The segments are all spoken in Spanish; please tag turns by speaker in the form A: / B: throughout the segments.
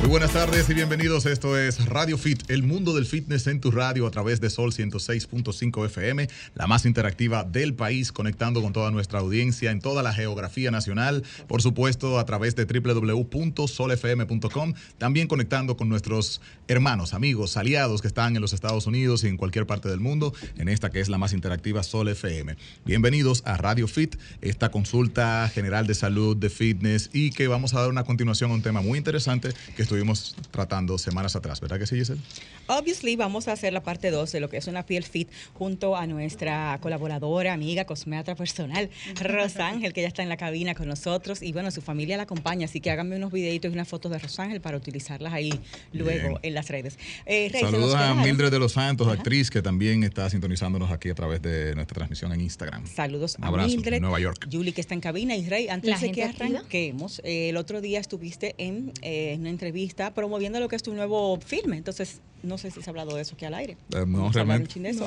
A: Muy buenas tardes y bienvenidos. Esto es Radio Fit, el mundo del fitness en tu radio a través de Sol 106.5 FM, la más interactiva del país, conectando con toda nuestra audiencia en toda la geografía nacional. Por supuesto, a través de www.solfm.com. También conectando con nuestros hermanos, amigos, aliados que están en los Estados Unidos y en cualquier parte del mundo, en esta que es la más interactiva Sol FM. Bienvenidos a Radio Fit, esta consulta general de salud, de fitness y que vamos a dar una continuación a un tema muy interesante que estuvimos tratando semanas atrás, ¿verdad que sí, Giselle?
B: Obviously, vamos a hacer la parte 2 de lo que es una piel fit junto a nuestra colaboradora, amiga, cosmeatra personal, Rosángel, que ya está en la cabina con nosotros. Y bueno, su familia la acompaña, así que háganme unos videitos y unas fotos de Rosángel para utilizarlas ahí luego
A: Bien.
B: en las redes. Eh, Rey, se nos
A: Saludos a
B: quedaron-
A: Mildred de los Santos, actriz que también está sintonizándonos aquí a través de nuestra transmisión en Instagram.
B: Saludos
A: Un
B: a
A: abrazo,
B: Mildred,
A: Nueva York.
B: Julie que está en cabina y Rey,
C: La
B: antes de que
C: gente activa.
B: arranquemos, eh, el otro día estuviste en eh, una entrevista promoviendo lo que es tu nuevo filme, entonces no sé si se ha hablado de eso aquí al aire.
A: Eh, no,
B: Vamos a hablar un
A: realmente.
B: chin de eso.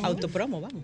B: Autopromo, vamos.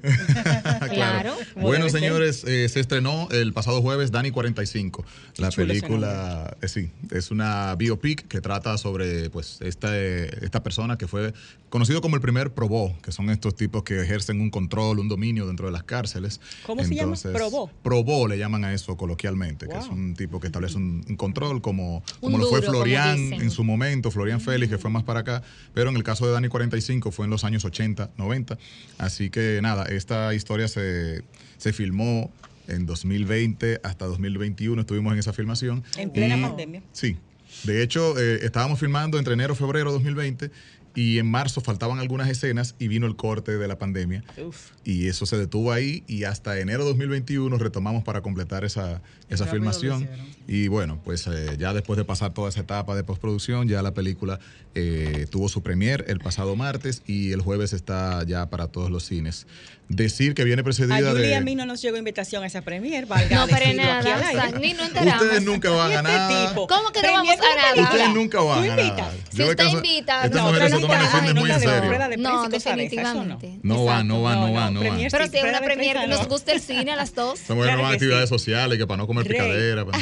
C: Claro.
B: Como
A: Bueno,
B: debe ser.
A: señores, eh, se estrenó el pasado jueves Dani 45. La
B: Chulo ese
A: película, eh, sí, es una biopic que trata sobre pues esta, eh, esta persona que fue conocido como el primer probó, que son estos tipos que ejercen un control, un dominio dentro de las cárceles.
B: ¿Cómo se llama?
A: Entonces,
B: Probó.
A: Probó le llaman a eso coloquialmente, que
B: Wow.
A: es un tipo que establece un, un control como,
C: Un
A: como lo fue
C: duro, como
A: Florian
C: dicen.
A: en su momento, Florian Félix, que fue más para acá, pero en el caso de Dani 45 fue en los años 80, 90. Así que nada, esta historia se, se filmó en 2020 hasta 2021, estuvimos en esa filmación.
B: En plena
A: Y-
B: pandemia.
A: Sí. De hecho, eh, estábamos filmando entre enero y febrero de 2020 y en marzo faltaban algunas escenas y vino el corte de la pandemia.
B: Uf.
A: Y eso se detuvo ahí y hasta enero de 2021 retomamos para completar esa, esa
D: lo
A: filmación.
D: hicieron.
A: Y bueno, pues eh, ya después de pasar toda esa etapa de postproducción, ya la película eh, tuvo su premier el pasado martes y el jueves está ya para todos los cines. Decir que viene
B: A
A: precedida
B: Julie y
A: de...
B: a mí no nos llegó invitación a esa premier, valga
C: No, para
B: decirlo aquí al
C: nada.
B: aire.
C: exacto, Ni no enteramos.
A: Ustedes nunca van a
B: Este
A: ganar.
B: tipo.
C: ¿Cómo que no
B: Premier
C: vamos a
B: de una
C: nada?
B: película.
A: Ustedes nunca van
B: Tú
A: a ganar.
B: invitas.
C: Si
A: Yo veo
C: usted
A: que eso-
C: invita,
A: Estas
C: no,
A: mujeres
C: otra
A: se toman
C: no
A: las
C: está,
A: cosas
C: no
A: muy en
C: está de
A: serio.
B: rueda de
C: No,
B: prensa y cosas de esas, ¿eso no?
C: definitivamente.
A: No va,
C: Exacto.
A: no va, no va, no va.
B: Premier
C: Pero
B: sí,
C: si es
B: rueda
C: una
B: de
C: premier,
B: prensa,
C: nos
B: no.
C: gusta el cine a las dos.
A: Estas mujeres no
B: Claro
A: van a
B: que
A: actividades
B: sí.
A: sociales, que para no comer
B: Rey.
A: picadera. para-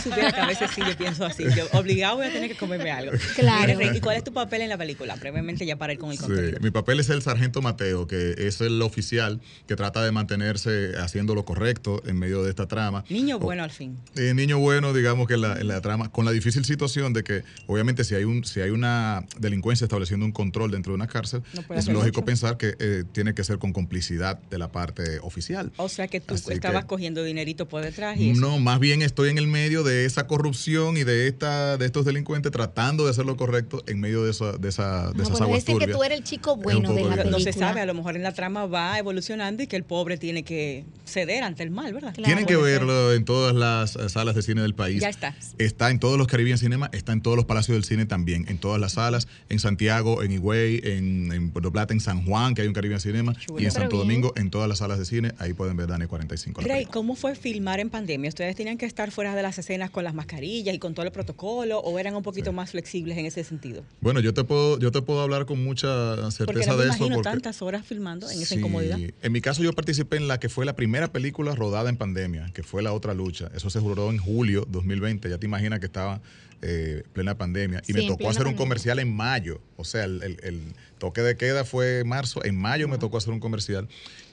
B: Si supiera que a veces sí yo pienso así, yo obligado voy a tener que comerme algo.
C: Claro.
B: Mira, Rey, ¿Y cuál es tu papel en la película? Brevemente ya para ir con el
A: Sí,
B: contenido.
A: mi papel es el sargento Mateo, que es el oficial que trata de mantenerse haciendo lo correcto en medio de esta trama.
B: Niño
A: O-
B: bueno al fin.
A: Eh, niño bueno, digamos que en la, en la trama, con la difícil situación de que, obviamente, si hay un si hay una delincuencia estableciendo un control dentro de una cárcel,
B: No puede
A: es
B: hacer
A: lógico
B: mucho.
A: pensar que eh, tiene que ser con complicidad de la parte oficial.
B: O sea que tú
A: Así que-
B: estabas cogiendo dinerito por detrás y eso.
A: No, más bien estoy en el medio de esa corrupción y de esta de estos delincuentes tratando de hacer lo correcto en medio de esa de esa de
C: Ah,
A: esas
C: bueno,
A: aguas
B: este
C: dicen que
A: turbias.
C: tú eres el chico bueno de
A: poco
C: la
A: bien.
C: película.
B: No se sabe, a lo mejor en la trama va evolucionando y que el pobre tiene que ceder ante el mal, ¿verdad?
C: Claro.
A: Tienen que
C: puede
A: verlo en todas las eh, salas de cine del país.
B: Ya está.
A: Está en todos los Caribbean Cinema, está en todos los palacios del cine también, en todas las salas, en Santiago, en Higüey, en, en Puerto Plata, en San Juan, que hay un Caribbean Cinema,
B: Chulo.
A: y en
C: Pero
A: Santo
C: bien.
A: Domingo, en todas las salas de cine, ahí pueden ver Dani 45. la
B: Rey,
A: película.
B: ¿cómo fue filmar en pandemia? ¿Ustedes tenían que estar fuera de las escenas con las mascarillas y con todo el protocolo o eran un poquito más flexibles en ese sentido?
A: Bueno, yo te puedo yo te puedo hablar con mucha
B: Porque
A: certeza
B: no me
A: de eso
B: imagino
A: porque
B: tantas horas filmando en esa
A: Sí.
B: incomodidad.
A: En mi caso yo participé en la que fue la primera película rodada en pandemia, que fue La Otra Lucha. Eso se juró en julio 2020, ya te imaginas que estaba eh, plena pandemia. Y
C: Sí,
A: me
C: en
A: tocó
C: plena
A: hacer un
C: pandemia.
A: comercial en mayo, o sea, el, el- el toque de queda fue en marzo, en mayo me tocó hacer un comercial.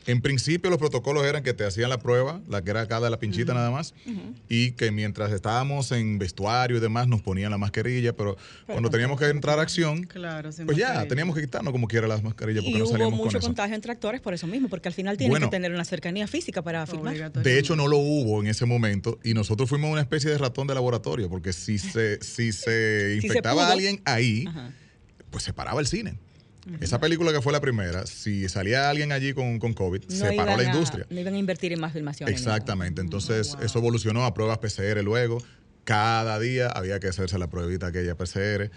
A: En principio los protocolos eran que te hacían la prueba, la que era cada la pinchita nada más, y que mientras estábamos en vestuario y demás nos ponían la mascarilla, pero, cuando teníamos que entrar a acción,
D: Claro, sin
A: pues ya
D: mascarilla.
A: teníamos que quitarnos como quiera las mascarillas porque
B: Y
A: no
B: hubo
A: salíamos
B: mucho
A: con eso.
B: contagio entre actores por eso mismo, porque al final tienen
A: Bueno.
B: que tener una cercanía física para filmar.
D: Obligatorio.
A: De hecho, no lo hubo en ese momento y nosotros fuimos una especie de ratón de laboratorio porque si se, si se
B: se
A: infectaba
B: pudo.
A: a alguien ahí,
B: Ajá.
A: pues se paraba el cine. Esa película que fue la primera, si salía alguien allí con, con COVID,
B: No
A: se paró
B: iban
A: la
B: a-
A: industria.
B: No iban a invertir en más filmaciones.
A: Exactamente. Entonces,
D: wow.
A: eso evolucionó a pruebas PCR luego. Cada día había que hacerse la pruebita aquella PCR.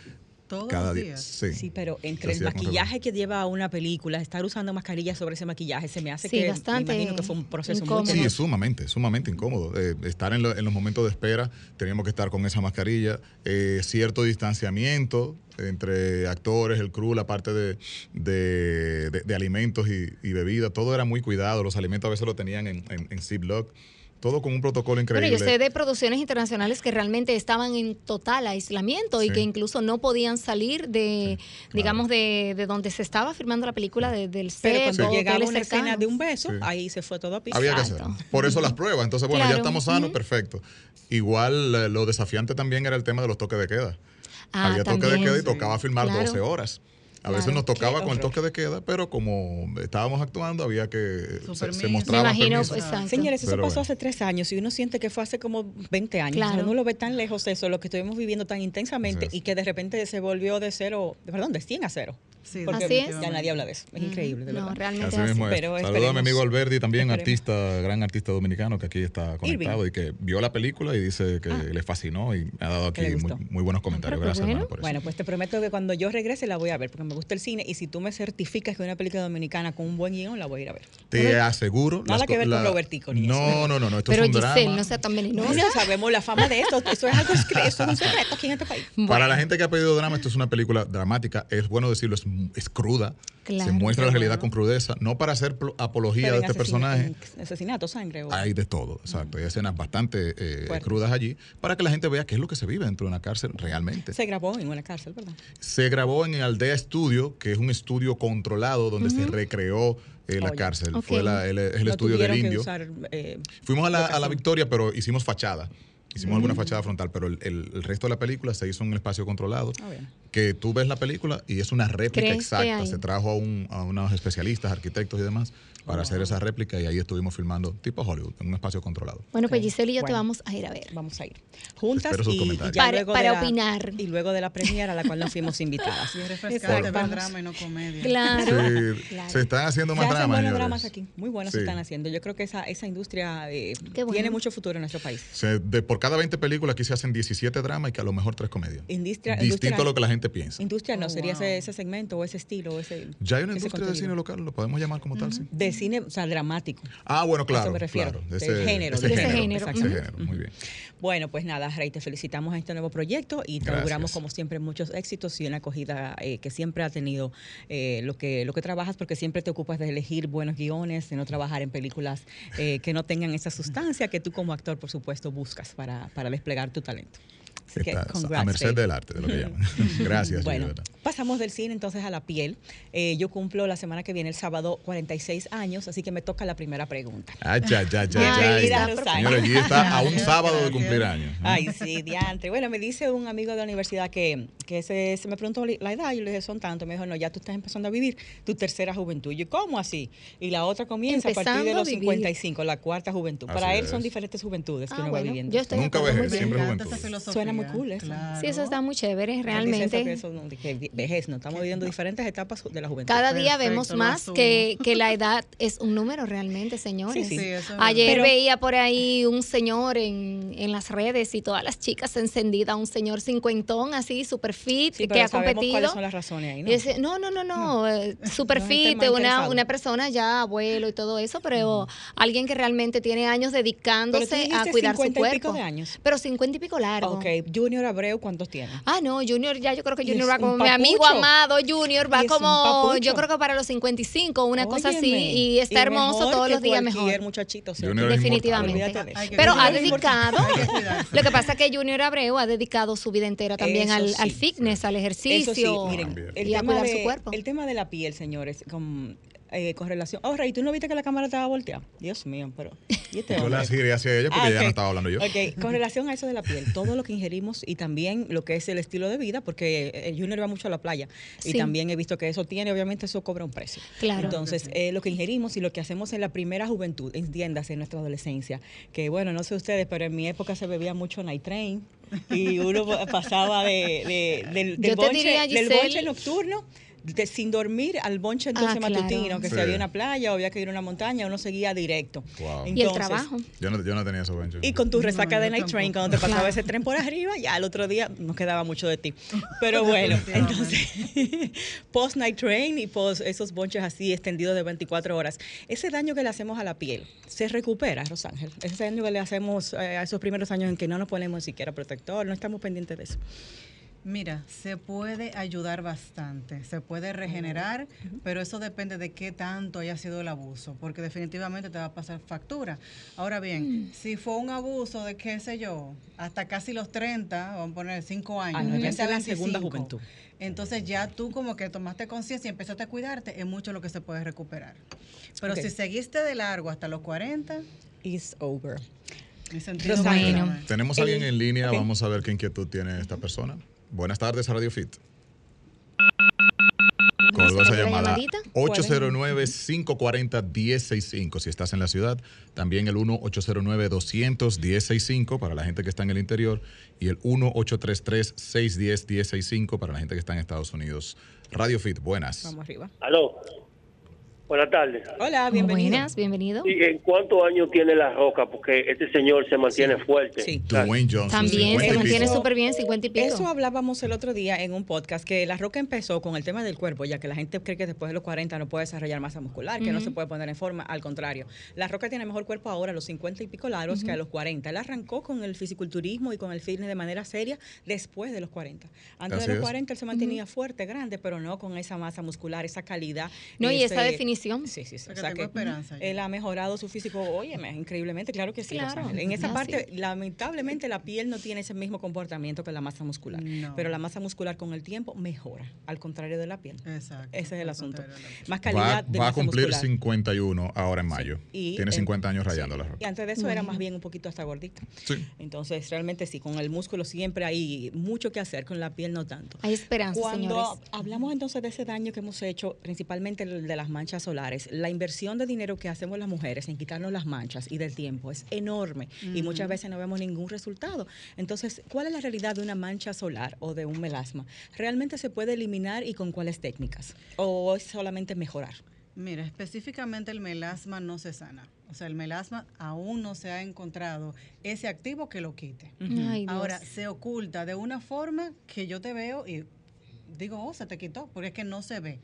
D: Todos
A: cada
D: los
A: día.
D: días.
A: Sí.
B: Sí, pero
A: Lo
B: entre el
A: hacía con
B: maquillaje que lleva una película, estar usando mascarilla sobre ese maquillaje, se me hace
C: Sí,
B: que
C: bastante
B: me imagino que fue un proceso
C: incómodo.
B: muy
A: Sí,
B: tedioso.
A: es sumamente, sumamente incómodo. Eh, estar en, lo- en los momentos de espera, teníamos que estar con esa mascarilla, eh, cierto distanciamiento entre actores, el crew, la parte de, de- de- de alimentos y, y bebida, todo era muy cuidado, los alimentos a veces lo tenían en, en, en Ziploc, todo con un protocolo
C: Bueno,
A: increíble.
C: yo sé de producciones internacionales que realmente estaban en total aislamiento y
A: Sí.
C: que incluso no podían salir de, digamos, de, de donde se estaba filmando la película, de- del set,
B: Pero cuando
C: o
B: llegaba
C: hoteles
B: una escena
C: cercanos.
B: de un beso,
A: Sí.
B: ahí se fue todo a piso.
A: Había que hacer.
C: Exacto.
A: Por eso las pruebas. Entonces, bueno, ya
C: Claro.
A: estamos sanos,
C: Ujú.
A: perfecto. Igual eh, lo desafiante también era el tema de los toques de queda.
C: Ah,
A: Había toque de
C: también.
A: queda y tocaba filmar
C: Claro.
A: 12 horas. A veces
C: Claro.
A: nos tocaba
B: Qué
A: con el
B: horror.
A: toque de queda, pero como estábamos actuando, había que.
D: Su
A: Se, se
D: permiso.
C: Me
A: mostraba
C: imagino,
A: permiso.
D: pues,
C: exacto.
B: Señores, eso
A: Pero
B: pasó
A: bueno.
B: hace tres años y uno siente que fue hace como 20 años.
C: Claro.
B: O sea, uno lo ve tan lejos eso, lo que estuvimos viviendo tan intensamente
A: Así es.
B: y que de repente se volvió de cero, perdón, de 100 a cero.
D: Sí,
B: Porque
C: Así es.
B: ya nadie habla de eso. Es
C: Ujú.
B: increíble, de
C: No,
B: verdad.
C: realmente
A: Así
C: es así.
A: mismo es.
B: Pero
A: Saludo a mi
B: esperemos.
A: amigo Alberdi, también
B: Esperemos.
A: artista, gran artista dominicano que aquí está conectado y que vio la película y dice que le fascinó y ha dado
B: Que le
A: aquí muy,
B: gustó.
A: muy buenos comentarios.
C: pero qué
A: Gracias,
C: bueno.
A: hermano, por eso.
B: Bueno, pues te prometo que cuando yo regrese la voy a ver, porque me gusta el cine y si tú me certificas que una película dominicana con un buen guión, la voy a ir a ver.
A: Te aseguro.
B: Nada
A: las
B: que
A: co-
B: ver con
A: la-
B: Robertico, ni
A: No,
B: eso.
A: no, no, no. Esto
C: Pero
A: es un
C: Giselle,
A: drama.
C: no sea tan
B: No,
C: venenosa.
B: ya sabemos la fama de esto, eso es algo, escri- eso es un secreto aquí en este país.
A: Para la gente que ha pedido drama, esto es una película dramática. Es bueno decirlo, es, es cruda.
C: Claro.
A: se muestra la realidad con crudeza. No para hacer pl- apología
B: Pero
A: de
B: en
A: este
B: asesina-
A: personaje.
B: en Asesinato, sangre. o-
A: Hay de todo, exacto. Hay escenas bastante eh,
B: Fuertes.
A: crudas allí para que la gente vea qué es lo que se vive dentro de una cárcel realmente.
B: Se grabó en una cárcel, ¿verdad?
A: Se grabó en Aldea Studio, que es un estudio controlado donde se recreó eh, la
B: Oye.
A: cárcel.
C: Ok.
A: Fue la- el, el
B: No
A: estudio
B: tuvieron
A: del
B: que
A: indio.
B: usar, eh,
A: Fuimos a la, a la
B: Locación.
A: Victoria, pero hicimos fachada. Hicimos
B: Mm.
A: alguna fachada frontal, pero el, el- el resto de la película se hizo en un espacio controlado.
B: Ah, bien.
A: Que tú ves la película y es una réplica
C: ¿Crees que
A: exacta.
C: hay?
A: Se trajo a, un- a unos especialistas, arquitectos y demás, para hacer esa réplica y ahí estuvimos filmando tipo Hollywood, en un espacio controlado.
C: Bueno, pues
B: Ok,
C: Giselle y yo te
B: bueno.
C: vamos a ir a ver.
B: vamos a ir juntas
A: Espero sus
B: y, y ya
A: comentarios.
C: Para-
B: luego
C: para
B: de la-
C: opinar.
B: Y luego de la premiere a la cual nos fuimos invitadas.
D: Y es
B: Exacto,
D: refrescante ver
B: vamos.
D: drama y no comedia.
C: Claro.
A: Sí,
C: Claro.
A: Se están haciendo
B: Se
A: más
B: hacen
A: dramas.
B: buenos
A: señores.
B: dramas aquí, muy buenos se
A: Sí.
B: están haciendo. Yo creo que esa, esa industria eh,
C: Qué bueno.
B: tiene mucho futuro en nuestro país.
A: Se- de- por cada 20 películas aquí se hacen 17 dramas y que a lo mejor 3 comedias. Distinto
B: Industria-
A: a
B: industria-
A: lo que la gente piensa.
B: Industria no
D: Oh,
B: sería
D: wow.
B: ese, ese segmento o ese estilo. o Ese,
A: Ya hay una
B: ese
A: industria de
B: contenido.
A: cine local, lo podemos llamar como tal, sí.
B: De cine, o sea, dramático.
A: Ah, bueno, claro.
B: eso me refiero,
A: claro,
B: del género,
A: ese
C: de ese
A: género.
C: género,
A: ese
C: ujú.
A: género, muy bien.
B: Bueno, pues nada, Rey, te felicitamos en este nuevo proyecto y te
A: Gracias.
B: auguramos, como siempre, muchos éxitos y una acogida eh, que siempre ha tenido eh, lo, que, lo que trabajas, porque siempre te ocupas de elegir buenos guiones, de no trabajar en películas eh, que no tengan esa sustancia que tú como actor, por supuesto, buscas para, para desplegar tu talento. Así que,
A: Estás
B: congrats,
A: a merced
B: babe.
A: del arte, de lo que llaman. Gracias,
B: Bueno,
A: Juliana.
B: pasamos del cine entonces a la piel. Eh, yo cumplo la semana que viene, el sábado, 46 años, así que me toca la primera pregunta.
A: Ay, Ah, ya, ya, ya,
B: Ay,
A: ya.
B: Rosario.
A: Señora, allí está a un
D: Gracias,
A: sábado de
D: gracias.
A: cumplir años. ¿eh?
B: Ay, sí, diantre. Bueno, me dice un amigo de la universidad que, que se, se me preguntó la edad. Yo le dije, son tantos. Me dijo, no, ya tú estás empezando a vivir tu tercera juventud. Y yo, ¿cómo así? Y la otra comienza a partir
C: Empezando
B: de
C: a
B: los
C: vivir.
B: 55, la cuarta juventud.
A: Así
B: Para él
A: es.
B: son diferentes juventudes que
C: Ah,
B: uno va
C: bueno,
B: viviendo.
C: yo estoy de
A: Nunca
C: acuerdo,
A: vejez,
C: muy bien.
A: siempre
D: Me
A: juventud.
D: encanta esa filosofía.
B: Suena muy cool eso.
D: Claro.
C: Sí, eso está muy chévere,
B: Él dice eso, que
C: realmente.
B: eso no, que vejez, no estamos viviendo diferentes etapas de la juventud.
C: Cada día
D: Perfecto,
C: vemos
D: lo
C: más
D: asumo.
C: que, que la edad es un número realmente, señores.
B: Sí,
D: Sí, eso es
C: Ayer
D: verdad.
C: veía por ahí un señor en, en las redes y todas las chicas encendidas, un señor cincuentón así, super fit,
B: Sí,
C: que
B: pero
C: ha
B: sabemos cuáles
C: competido.
B: son las razones ahí,
C: Y
B: ¿no? Mm.
C: dice, No, no, no, no, eh, super
B: No es el
C: fit,
B: tema
C: una,
B: interesado.
C: una persona ya abuelo y todo eso, pero alguien que realmente tiene años dedicándose a
B: dijiste
C: cuidar su
B: 50 y
C: cuerpo.
B: pico de años.
C: Pero 50 y pico largo.
B: Ok, Junior Abreu, ¿cuántos tiene?
C: Ah, no, Junior, ya yo creo que
B: Y
C: Junior
B: es
C: va como
B: un
C: mi amigo
B: papucho.
C: amado, Junior va
B: Y es un
C: como,
B: papucho.
C: yo creo que para los 55, una cosa así,
B: Óyeme,
C: y está hermoso
B: mejor
C: todos
B: que
C: los días
B: cualquier
C: mejor.
B: muchachito. o sea,
A: Junior es
C: Definitivamente.
B: Olvídate de eso.
D: Hay que
C: Pero ha
D: cuidarse.
C: dedicado.
D: Hay que cuidarse.
C: Lo que pasa es que Junior Abreu ha dedicado su vida entera también
B: Eso
C: al, al
B: sí,
C: fitness, al ejercicio
B: Eso sí, miren,
A: También.
B: el
C: y a
B: tema,
C: cuidar
B: de,
C: su cuerpo.
B: el tema de la piel, señores, con, eh, con relación. Ahora, ¿y tú no viste que la cámara estaba volteada? Dios mío, pero. ¿y este
A: Yo
B: hombre?
A: la giré hacia ella porque
B: Ah,
A: ya no
B: ok.
A: estaba hablando yo.
B: Ok, con relación a eso de la piel, todo lo que ingerimos y también lo que es el estilo de vida, porque eh, el Junior va mucho a la playa y
C: Sí.
B: también he visto que eso tiene, obviamente eso cobra un precio.
C: Claro.
B: Entonces, eh, lo que ingerimos y lo que hacemos en la primera juventud, entiéndase, en nuestra adolescencia, que bueno, no sé ustedes, pero en mi época se bebía mucho Night Train y uno pasaba de, de- del,
C: Yo
B: del
C: te
B: bonche,
C: diría,
B: del
C: Giselle-
B: bonche nocturno de- sin dormir al bonche entonces
C: Ah, claro.
B: matutino, que
A: Sí.
B: si había una playa o había que ir a una montaña, uno seguía directo.
A: Wow.
C: Y el
B: Entonces,
C: trabajo.
A: Yo no, yo no tenía eso, Bencho.
B: Y con tu
D: No,
B: resaca
D: yo
B: de Night Train,
D: tampoco.
B: cuando te pasaba ese tren por arriba, ya al otro día no quedaba mucho de ti. Pero bueno, entonces, post Night Train y post esos bonches así extendidos de 24 horas, ese daño que le hacemos a la piel se recupera, Rosángel. Ese daño que le hacemos eh, a esos primeros años en que no nos ponemos siquiera protector, no estamos pendientes de eso.
D: Mira, se puede ayudar bastante, se puede regenerar, pero eso depende de qué tanto haya sido el abuso, porque definitivamente te va a pasar factura. Ahora bien,
B: Mm.
D: si fue un abuso de qué sé yo, hasta casi los 30, vamos a poner 5 años,
B: Ay, no, ya
D: 30,
B: esa es la segunda
D: 25,
B: juventud.
D: Entonces ya tú como que tomaste conciencia y empezaste a cuidarte, es mucho lo que se puede recuperar. Pero
B: Ok.
D: si seguiste de largo hasta los 40,
B: It's over.
D: mi sentido
B: Rosario.
D: pésame.
C: Bueno.
A: Tenemos a alguien en línea,
B: Ok.
A: vamos a ver qué inquietud tiene esta persona. Buenas tardes, Radio Fit. Colgo esa
C: ¿Otra
A: llamada.
C: llamadita?
A: 809-540-1065 si estás en la ciudad. También el 1-809-200-1065 para la gente que está en el interior. Y el 1-833-610-1065 para la gente que está en Estados Unidos. Radio Fit, buenas.
B: Vamos arriba.
E: Aló. Buenas tardes.
B: Hola, bienvenido.
C: Buenas, bienvenido.
E: ¿Y en cuántos años tiene la roca? Porque este señor se mantiene fuerte.
B: Sí.
E: Claro.
A: Dwayne Johnson.
C: También
A: 50
C: se
A: y
C: mantiene
A: pico.
C: súper bien, 50 y pico.
B: Eso hablábamos el otro día en un podcast, que La Roca empezó con el tema del cuerpo, ya que la gente cree que después de los 40 no puede desarrollar masa muscular, que no se puede poner en forma. Al contrario, La Roca tiene mejor cuerpo ahora a los 50 y pico largos que a los 40. Él arrancó con el fisiculturismo y con el fitness de manera seria después de los 40. Antes
A: Así
B: de
A: es.
B: los 40 él se mantenía fuerte, grande, pero no con esa masa muscular, esa calidad.
C: No, y
B: ese-
C: esa definición.
B: Sí, sí, sí.
D: Porque tengo esperanza yo.
B: él ha mejorado su físico, óyeme, increíblemente, claro que sí.
C: Claro,
B: Rosángel. En esa
C: no,
B: parte, lamentablemente, la piel no tiene ese mismo comportamiento que la masa muscular.
D: No.
B: Pero la masa muscular con el tiempo mejora, al contrario de la piel.
D: Exacto.
B: Ese es el
D: al
B: asunto.
D: contrario de la piel.
B: Más
A: Va,
B: calidad de
A: va a
B: masa
A: cumplir
B: muscular.
A: 51 ahora en mayo.
B: Y,
A: tiene
B: eh,
A: 50 años
B: sí.
A: rayando la
B: Y
A: roca.
B: antes de eso era más bien un poquito hasta gordita.
A: Sí.
B: Entonces, realmente sí, con el músculo siempre hay mucho que hacer, con la piel no tanto.
C: Hay esperanza,
B: Cuando
C: señores.
B: hablamos entonces de ese daño que hemos hecho, principalmente el de las manchas solares, la inversión de dinero que hacemos las mujeres en quitarnos las manchas y del tiempo es enorme y muchas veces no vemos ningún resultado. Entonces, ¿cuál es la realidad de una mancha solar o de un melasma? ¿Realmente se puede eliminar y con cuáles técnicas? ¿O es solamente mejorar?
D: Mira, específicamente el melasma no se sana. O sea, el melasma aún no se ha encontrado ese activo que lo quite.
C: Ay, Dios.
D: Ahora, se oculta de una forma que yo te veo y digo, oh, se te quitó, porque es que no se ve.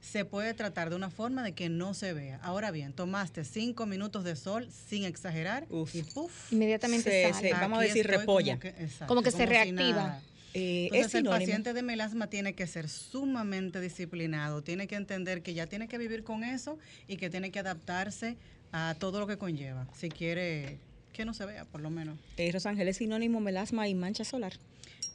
D: Se puede tratar de una forma de que no se vea. Ahora bien, tomaste cinco minutos de sol sin exagerar
B: Uf.
D: y puff.
C: inmediatamente
B: se-
C: sale.
B: se- vamos a
D: aquí
B: decir
D: estoy
B: repolla.
D: Como que, exacto,
C: Como que se
D: si
C: reactiva.
D: nada.
B: Eh,
D: Entonces el
B: sinónimo.
D: paciente de melasma tiene que ser sumamente disciplinado, tiene que entender que ya tiene que vivir con eso y que tiene que adaptarse a todo lo que conlleva, si quiere que no se vea por lo menos.
B: Eh, Rosángel, ¿es sinónimo melasma y mancha solar?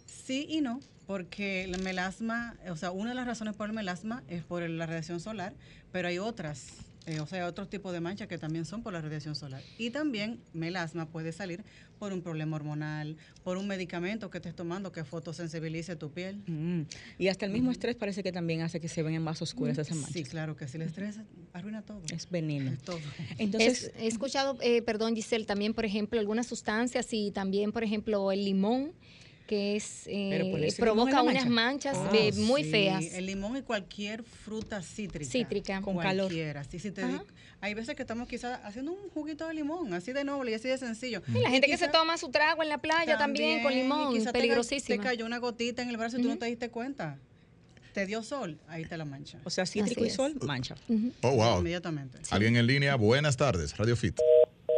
D: Sí y no, porque el melasma, o sea, una de las razones por el melasma es por el- la radiación solar, pero hay otras, eh, o sea, hay otros tipos de manchas que también son por la radiación solar. Y también melasma puede salir por un problema hormonal, por un medicamento que estés tomando que fotosensibilice tu piel.
B: Mm. Y hasta el mismo estrés parece que también hace que se vean más oscuras esas manchas.
D: Mm, Sí, claro que si el estrés arruina todo.
B: Es veneno.
D: Es todo.
B: Entonces,
C: Es- he escuchado, eh, perdón Giselle, también, por ejemplo, algunas sustancias y también, por ejemplo, el limón, que es eh,
B: Pero ponerse limón en
C: provoca
B: la
C: unas
B: mancha.
C: manchas
B: Ah,
C: de- muy
D: Sí,
C: feas.
D: El limón y cualquier fruta cítrica.
C: Cítrica.
B: Con calor.
D: Cualquiera. Sí, sí, te
C: Ajá.
D: digo, hay veces que estamos quizás haciendo un juguito de limón, así de noble y así de sencillo.
C: Y la gente que se
D: quizá-
C: toma su trago en la playa también, con
D: y
C: limón,
D: quizá te ca- Te,
C: peligrosísima.
D: cayó una gotita en el brazo y tú no te diste cuenta. Te dio sol, ahí te la mancha.
B: o sea, cítrico
C: Así
B: y
C: es.
B: sol, mancha.
A: Oh, wow.
D: Inmediatamente.
A: Alguien en línea, buenas tardes, Radio Fit.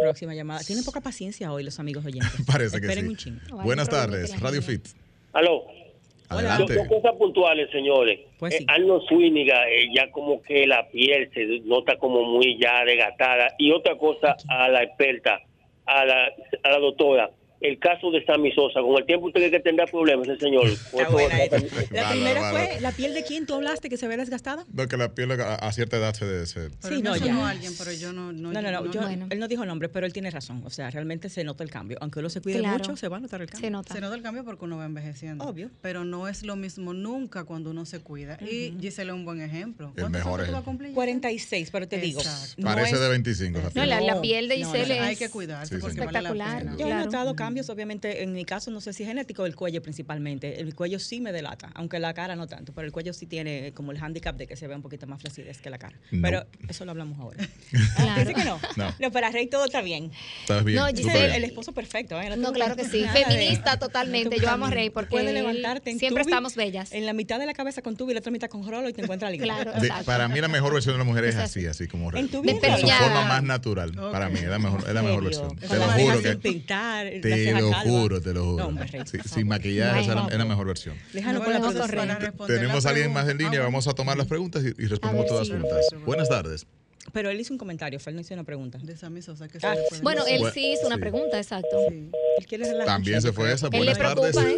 B: Próxima llamada. Tienen poca paciencia hoy los amigos oyentes.
A: Parece que
B: Esperen
A: sí.
B: un chingo.
C: O hay
A: Buenas
C: un problema de
A: tardes,
C: las
A: Radio
C: líneas.
A: Fit.
E: Aló. Dos,
A: Adelante.
E: dos cosas puntuales, señores.
B: Pues
E: Eh,
B: sí.
E: Arnold Swiniga, ya como que la piel se nota como muy ya desgastada. Y otra cosa a la experta, a la, a la doctora. El caso de Sammy Sosa, con el tiempo usted cree que tendrá problemas, ese señor. Con
B: Está
E: esto-
B: buena esta. La
A: Bárbaro,
B: primera fue,
A: bárbaro.
B: ¿la piel de quién tú hablaste que se ve desgastada?
A: No, que la piel a, a cierta edad se, se-
D: Pero
B: Sí,
D: me
B: no, ya.
D: sonó alguien, pero yo no...
B: No, no, no. yo-
C: Bueno.
B: Él no dijo nombre, pero él tiene razón. O sea, realmente se nota el cambio. Aunque uno se cuide
C: Claro.
B: mucho, se va a notar el
C: Se
B: cambio.
C: nota.
D: Se nota el cambio porque uno va envejeciendo.
B: Obvio.
D: Pero no es lo mismo nunca cuando uno se cuida. Y Gisela es un buen ejemplo.
A: El
D: ¿Cuántos
A: mejor
D: años tú vas a
A: ejemplo.
D: cumplir, Gisela?
B: 46, pero te digo.
D: Exacto.
B: no
A: parece
B: es-
A: de 25. esa
D: No,
C: no,
A: piel.
C: la, la
B: No,
C: piel de
B: no, no,
C: Giselle
B: no.
C: es
D: Hay que cuidarse
A: Sí,
D: porque
A: señor.
D: vale la
C: espectacular.
D: pena.
B: Yo he
C: Claro.
A: Mm.
B: notado cambios, obviamente, en mi caso, no sé si es genético, el cuello principalmente. El cuello sí me delata, aunque la cara no tanto, pero el cuello sí tiene como el hándicap de que se ve un poquito más flacidez que la cara.
A: No.
B: Pero eso lo hablamos ahora.
C: Claro.
B: Dice que no.
A: No.
B: no. para Rey todo está bien.
A: ¿Estás bien?
C: No,
A: Súper
B: Dice el,
A: bien.
B: el esposo perfecto. ¿eh?
C: No,
B: tengo
C: claro que sí.
B: nada de-
C: Feminista
B: No tengo
C: totalmente. Yo amo a Rey porque
B: Puede
C: él-
B: levantarte en
C: siempre
B: tubi,
C: estamos bellas.
B: En la mitad de la cabeza con tubi y la otra mitad con rolo y te encuentras libre.
C: Claro,
A: De-
C: exacto.
A: para mí la mejor versión de la mujer es
C: Es
A: así, así como
B: En tu
A: con
B: vida.
A: su
C: Despeñada.
A: forma más natural.
D: Ok.
A: Para mí es la mejor, es la mejor
B: serio.
A: versión.
B: Con
A: Te lo
B: la
A: juro
B: ceja
A: que
B: sin pintar, la
A: te
B: ceja
A: lo
B: calva.
A: juro, te lo juro.
B: No, hombre, Rey,
A: Sí,
B: por
A: sin
B: favor.
A: maquillaje esa es la,
B: Bueno.
A: es la mejor versión.
B: Déjanos
D: No,
B: con la
D: bueno,
B: producción.
D: para responder la
A: Tenemos a alguien más en
D: pregunta.
A: línea,
D: Ah,
A: vamos a tomar las preguntas y, y respondemos
C: ver,
A: todas
C: sí.
A: las preguntas. Buenas tardes.
B: Pero él hizo un comentario, Fel no hizo una pregunta.
D: De Sammy Sosa, que
B: Ah,
D: se le fue.
C: Bueno, él
A: Bueno,
C: sí hizo una
A: sí.
C: pregunta, exacto.
D: Sí.
B: Él quiere relajar un
A: También
B: chin,
A: se
B: yo
A: fue
B: creo.
A: esa.
C: Él le
A: Buenas tardes.
C: preocupa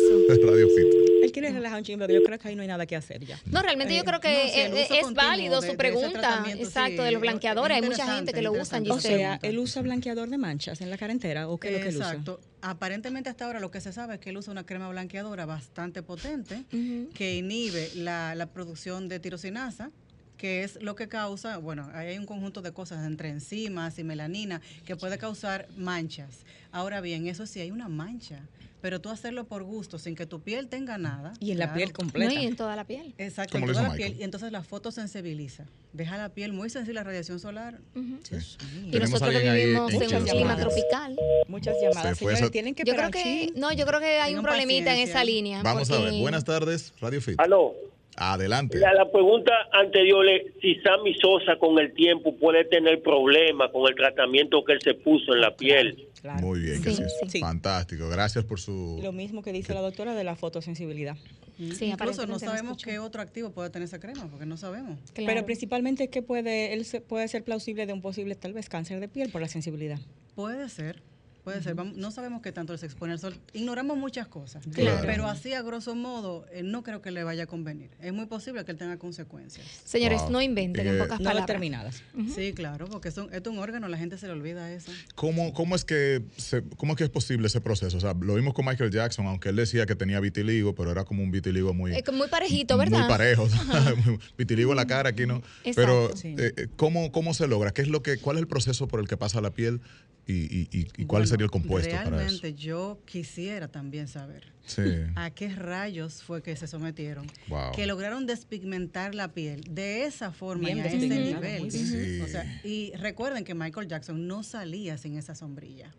C: eso.
A: Radio Fit.
B: Él quiere relajar un chin, pero yo creo que ahí no hay nada que hacer ya.
C: No, realmente yo
D: Eh,
C: creo que
D: no, sí, el
C: eh, eh,
D: uso
C: es
D: continuo
C: válido
D: de-
C: su
D: de ese
C: pregunta,
D: tratamiento,
C: exacto,
D: sí,
C: de los
D: es
C: blanqueadores. Hay mucha
D: interesante,
C: gente que lo usan,
D: interesante.
B: O
D: O
C: Giselle.
B: sea,
D: sea,
B: él usa blanqueador de manchas en la cara entera o qué es lo que él usa.
D: Exacto. Aparentemente hasta ahora lo que se sabe es que él usa una crema blanqueadora bastante potente
C: Ujú.
D: que inhibe la, la producción de tirosinasa que es lo que causa, bueno, ahí hay un conjunto de cosas entre enzimas y melanina que puede causar manchas. Ahora bien, eso sí, hay una mancha, pero tú hacerlo por gusto, sin que tu piel tenga nada.
B: Y en la
D: claro,
B: piel
C: No,
B: completa.
C: y en toda la piel.
D: Exacto,
A: Como
D: en
A: lo
D: toda
A: hizo
D: la
A: Michael.
D: piel, y entonces la fotosensibiliza. Deja la piel muy sensible a la radiación solar.
C: Ujú.
A: Sí.
C: Y
A: Tenemos
C: nosotros
A: alguien
C: que
A: ahí
C: vivimos
A: en
C: en un
B: Chile,
C: clima
B: gracias.
C: tropical.
B: Muchas llamadas,
A: Se fue
B: señores,
A: esa-
B: tienen que
C: Yo
B: esperar
C: creo
B: un
C: que,
B: chin.
C: no, yo creo que hay un
D: Tengan
C: problemita en
D: paciencia.
C: esa línea.
A: Vamos a
C: porque-
A: ver. Buenas tardes, Radio Fit.
E: Aló,
A: Adelante.
E: la, la pregunta anterior es si Sammy Sosa con el tiempo puede tener problemas con el tratamiento que él se puso en la piel.
B: Claro.
A: Muy bien, que
C: Sí,
A: sí, es.
B: sí.
A: Fantástico. Gracias por su.
B: Lo mismo que dice la doctora de la fotosensibilidad.
C: Sí,
D: Incluso no
C: aparentemente no
D: sabemos
C: escucho.
D: qué otro activo puede tener esa crema, porque no sabemos.
C: Claro.
B: Pero principalmente es que puede, él se- puede ser plausible de un posible tal vez cáncer de piel por la sensibilidad.
D: Puede ser, puede ser. Vamos- no sabemos qué tanto se expone al sol. Ignoramos muchas cosas.
A: Claro.
D: Pero así, a grosso modo, eh, no creo que le vaya a convenir. Es muy posible que él tenga consecuencias.
C: Señores,
A: Wow.
C: no inventen, en
A: Eh,
C: pocas
B: No
C: palabras.
B: determinadas.
D: Sí, claro, porque son, esto es un órgano, la gente se le olvida eso.
A: ¿Cómo, cómo, es que se- ¿Cómo es que es posible ese proceso? O sea, lo vimos con Michael Jackson, aunque él decía que tenía vitiligo, pero era como un vitiligo muy,
C: Eh, Muy parejito, ¿verdad?
A: muy parejo. Muy- vitiligo en la cara, aquí no.
C: Exacto.
A: Pero,
B: Sí.
A: eh, eh, ¿cómo, ¿cómo se logra? ¿Qué es lo que, ¿Cuál es el proceso por el que pasa la piel y, y- y- y cuál
D: Bueno,
A: sería el compuesto para eso?
D: Realmente, ah, yo quisiera también saber
A: Sí.
D: a qué rayos fue que se sometieron.
A: Wow.
D: Que lograron despigmentar la piel de esa forma
B: Bien
D: y a ese
B: despigmentada,
D: nivel.
B: muy
A: bien. Sí.
D: O sea, y recuerden que Michael Jackson no salía sin esa sombrilla.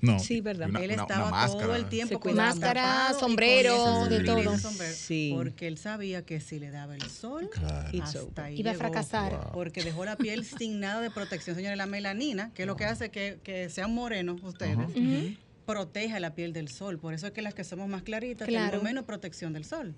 A: No.
B: Sí, verdad.
A: y una-
D: Él
A: una- una
D: estaba todo
A: máscara.
D: el
B: Se
D: tiempo con
B: cuidaba.
D: tapado
C: Máscara,
D: y con
C: sombrero,
D: eso,
A: de
D: y
A: todo.
D: con sombrero,
B: Sí.
D: Porque él sabía que si le daba el sol,
A: Claro.
B: It's over.
D: hasta ahí
C: Iba a
D: llegó.
C: fracasar.
A: Wow.
D: Porque dejó la piel sin nada de protección. Señores, la melanina, que es lo que hace que, que sean morenos ustedes,
C: Ujú.
D: proteja la piel del sol. Por eso es que las que somos más claritas
C: Claro.
D: tenemos menos protección del sol.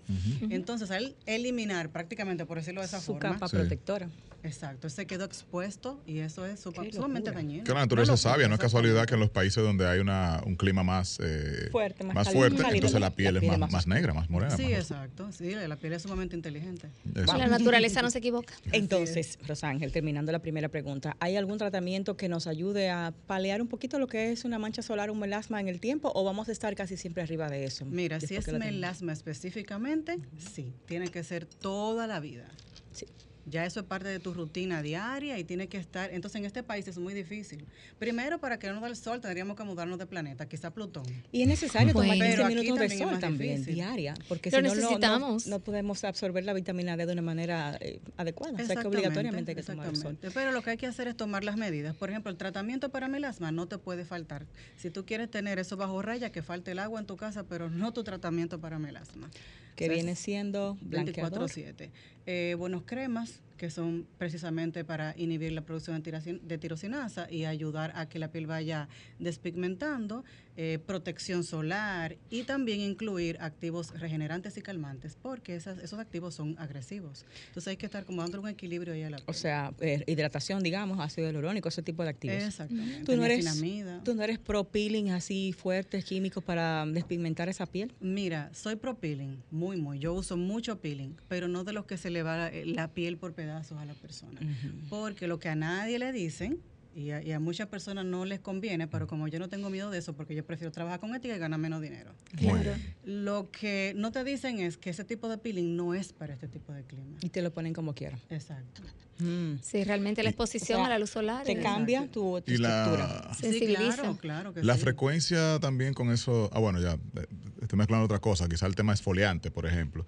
D: Entonces, al eliminar prácticamente, por decirlo de esa
B: Su
D: forma,
B: capa
A: Sí.
B: protectora.
D: exacto, él se quedó expuesto y eso es supa-
B: Qué
D: sumamente
B: locura.
D: dañino.
A: Que la naturaleza
D: No
A: es sabia, no es
D: locura,
A: casualidad que en
D: exactamente.
A: los países donde hay una, un clima más, eh,
B: Fuerte, más cálido,
A: fuerte,
B: cálido,
A: entonces la
B: la
A: piel es
B: piel
A: más,
B: es más
A: más
B: oscura.
A: negra, más morena.
D: Sí,
A: más-
D: exacto. Sí, la piel es sumamente inteligente.
A: Eso.
C: La naturaleza no se equivoca.
B: Entonces, Rosángel, terminando la primera pregunta, ¿hay algún tratamiento que nos ayude a paliar un poquito lo que es una mancha solar, un melasma en el tiempo o vamos a estar casi siempre arriba de eso?
D: Mira, si
B: Después
D: es
B: que lo termine.
D: melasma específicamente, sí, tiene que ser toda la vida.
B: Sí.
D: Ya eso es parte de tu rutina diaria y tiene que estar. Entonces, en este país es muy difícil. Primero, para que no nos dé el sol, tendríamos que mudarnos de planeta, quizá Plutón.
B: Y es necesario tomar
C: Bueno.
B: 15
D: Pero aquí
B: minutos de
D: también es
B: sol
D: más
B: también,
D: difícil.
B: diaria, porque
C: Lo
B: si no, no- no,
C: necesitamos.
B: no podemos absorber la vitamina D de una manera eh, adecuada. O sea, que
D: Exactamente,
B: obligatoriamente hay que tomar el sol.
D: exactamente. Pero lo que hay que hacer es tomar las medidas. Por ejemplo, el tratamiento para melasma no te puede faltar. Si tú quieres tener eso bajo raya, que falte el agua en tu casa, pero no tu tratamiento para melasma.
B: Que
D: O sea,
B: viene siendo blanqueador.
D: 24-7. Eh, buenos cremas, que son precisamente para inhibir la producción de, tirasi- de tirosinasa y ayudar a que la piel vaya despigmentando, eh, protección solar y también incluir activos regenerantes y calmantes, porque esas- esos activos son agresivos. Entonces hay que estar como dando un equilibrio ahí a la piel.
B: O sea, eh, hidratación, digamos, ácido hialurónico, ese tipo de activos.
D: Exactamente.
B: ¿Tú no, eres,
D: niacinamida.
B: ¿Tú no eres pro peeling así fuertes, químicos para despigmentar esa piel?
D: Mira, soy pro peeling, muy, muy. Yo uso mucho peeling, pero no de los que se le va eh, la piel por pedazos a la persona. Porque lo que a nadie le dicen Y a, y a muchas personas no les conviene, pero como yo no tengo miedo de eso, porque yo prefiero trabajar con ética y ganar menos dinero.
A: Muy
C: Claro.
A: bien.
D: Lo que no te dicen es que ese tipo de peeling no es para este tipo de clima.
B: Y te lo ponen como quieran.
D: Exacto. Mm.
C: Sí, realmente la exposición
B: O sea,
C: a la luz solar.
B: Te
C: es-
B: cambia tu, tu
A: Y
B: estructura.
A: la,
C: Sensibiliza.
D: claro, claro que
A: la
D: sí.
A: frecuencia también con eso. Ah, bueno, ya eh, estoy mezclando otra cosa. Quizá el tema esfoliante, por ejemplo.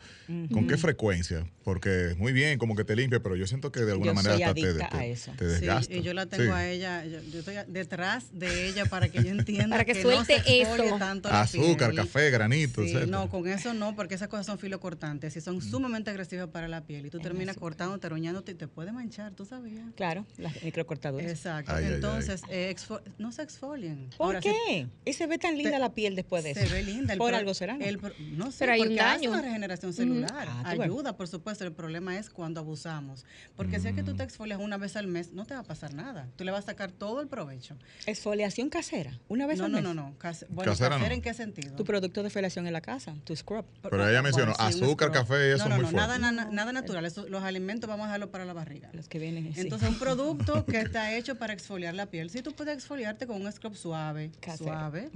A: ¿Con qué frecuencia? Porque muy bien, como que te limpia, pero yo siento que de alguna
B: Yo
A: manera
B: soy
A: hasta te,
B: adicta
A: te-
B: a eso.
A: te
D: Sí,
A: desgasta.
D: y yo la tengo
A: Sí.
D: a ella, yo, yo estoy detrás de ella para que ella entienda
C: Para que
D: no se
C: suelte
D: exfolie
C: eso.
D: tanto la
A: Azúcar,
D: piel.
A: café, granito,
D: Sí,
A: etcétera.
D: no, con eso no, porque esas cosas son filocortantes y
A: Mm.
D: son sumamente agresivas para la piel. Y tú terminas cortándote, aruñándote y te puede manchar, tú sabías.
B: Claro, las microcortaduras.
D: Exacto.
A: Ay, ay, ay.
D: Entonces, eh, exfo- no se exfolien.
B: Pues, ¿Por
D: Ahora, si
B: qué? Y se ve tan linda
D: te-
B: la piel después de
D: Se
B: eso.
D: ve linda. El
B: Por
D: pro-
B: algo será. ¿no?
D: el pro- no sé,
C: Pero hay un
D: porque hace
C: daño.
D: una regeneración celular.
B: Ah, tú ves.
D: Ayuda, por supuesto. El problema es cuando abusamos. Porque si es que
A: Mm.
D: tú te exfolias una vez al mes, no te va a pasar nada. Tú le vas a sacar todo el provecho.
B: Exfoliación casera. Una vez
D: No,
B: al
D: no,
B: mes.
D: no, no. Cas- bueno,
A: Casera
D: ¿casera
A: no.
D: en qué sentido?
B: Tu producto de felación en la casa, tu scrub.
A: Pero ella mencionó
D: Bueno, sí, un
A: azúcar,
D: scrub.
A: café, eso
D: no, no,
A: es muy
D: no,
A: fuerte.
D: Nada, na- nada natural. Eso- los alimentos vamos a dejarlo para la barriga.
B: Los que vienen así.
D: Entonces, un producto que está hecho para exfoliar la piel. Si tú puedes exfoliarte con un scrub suave,
B: Casero.
D: suave,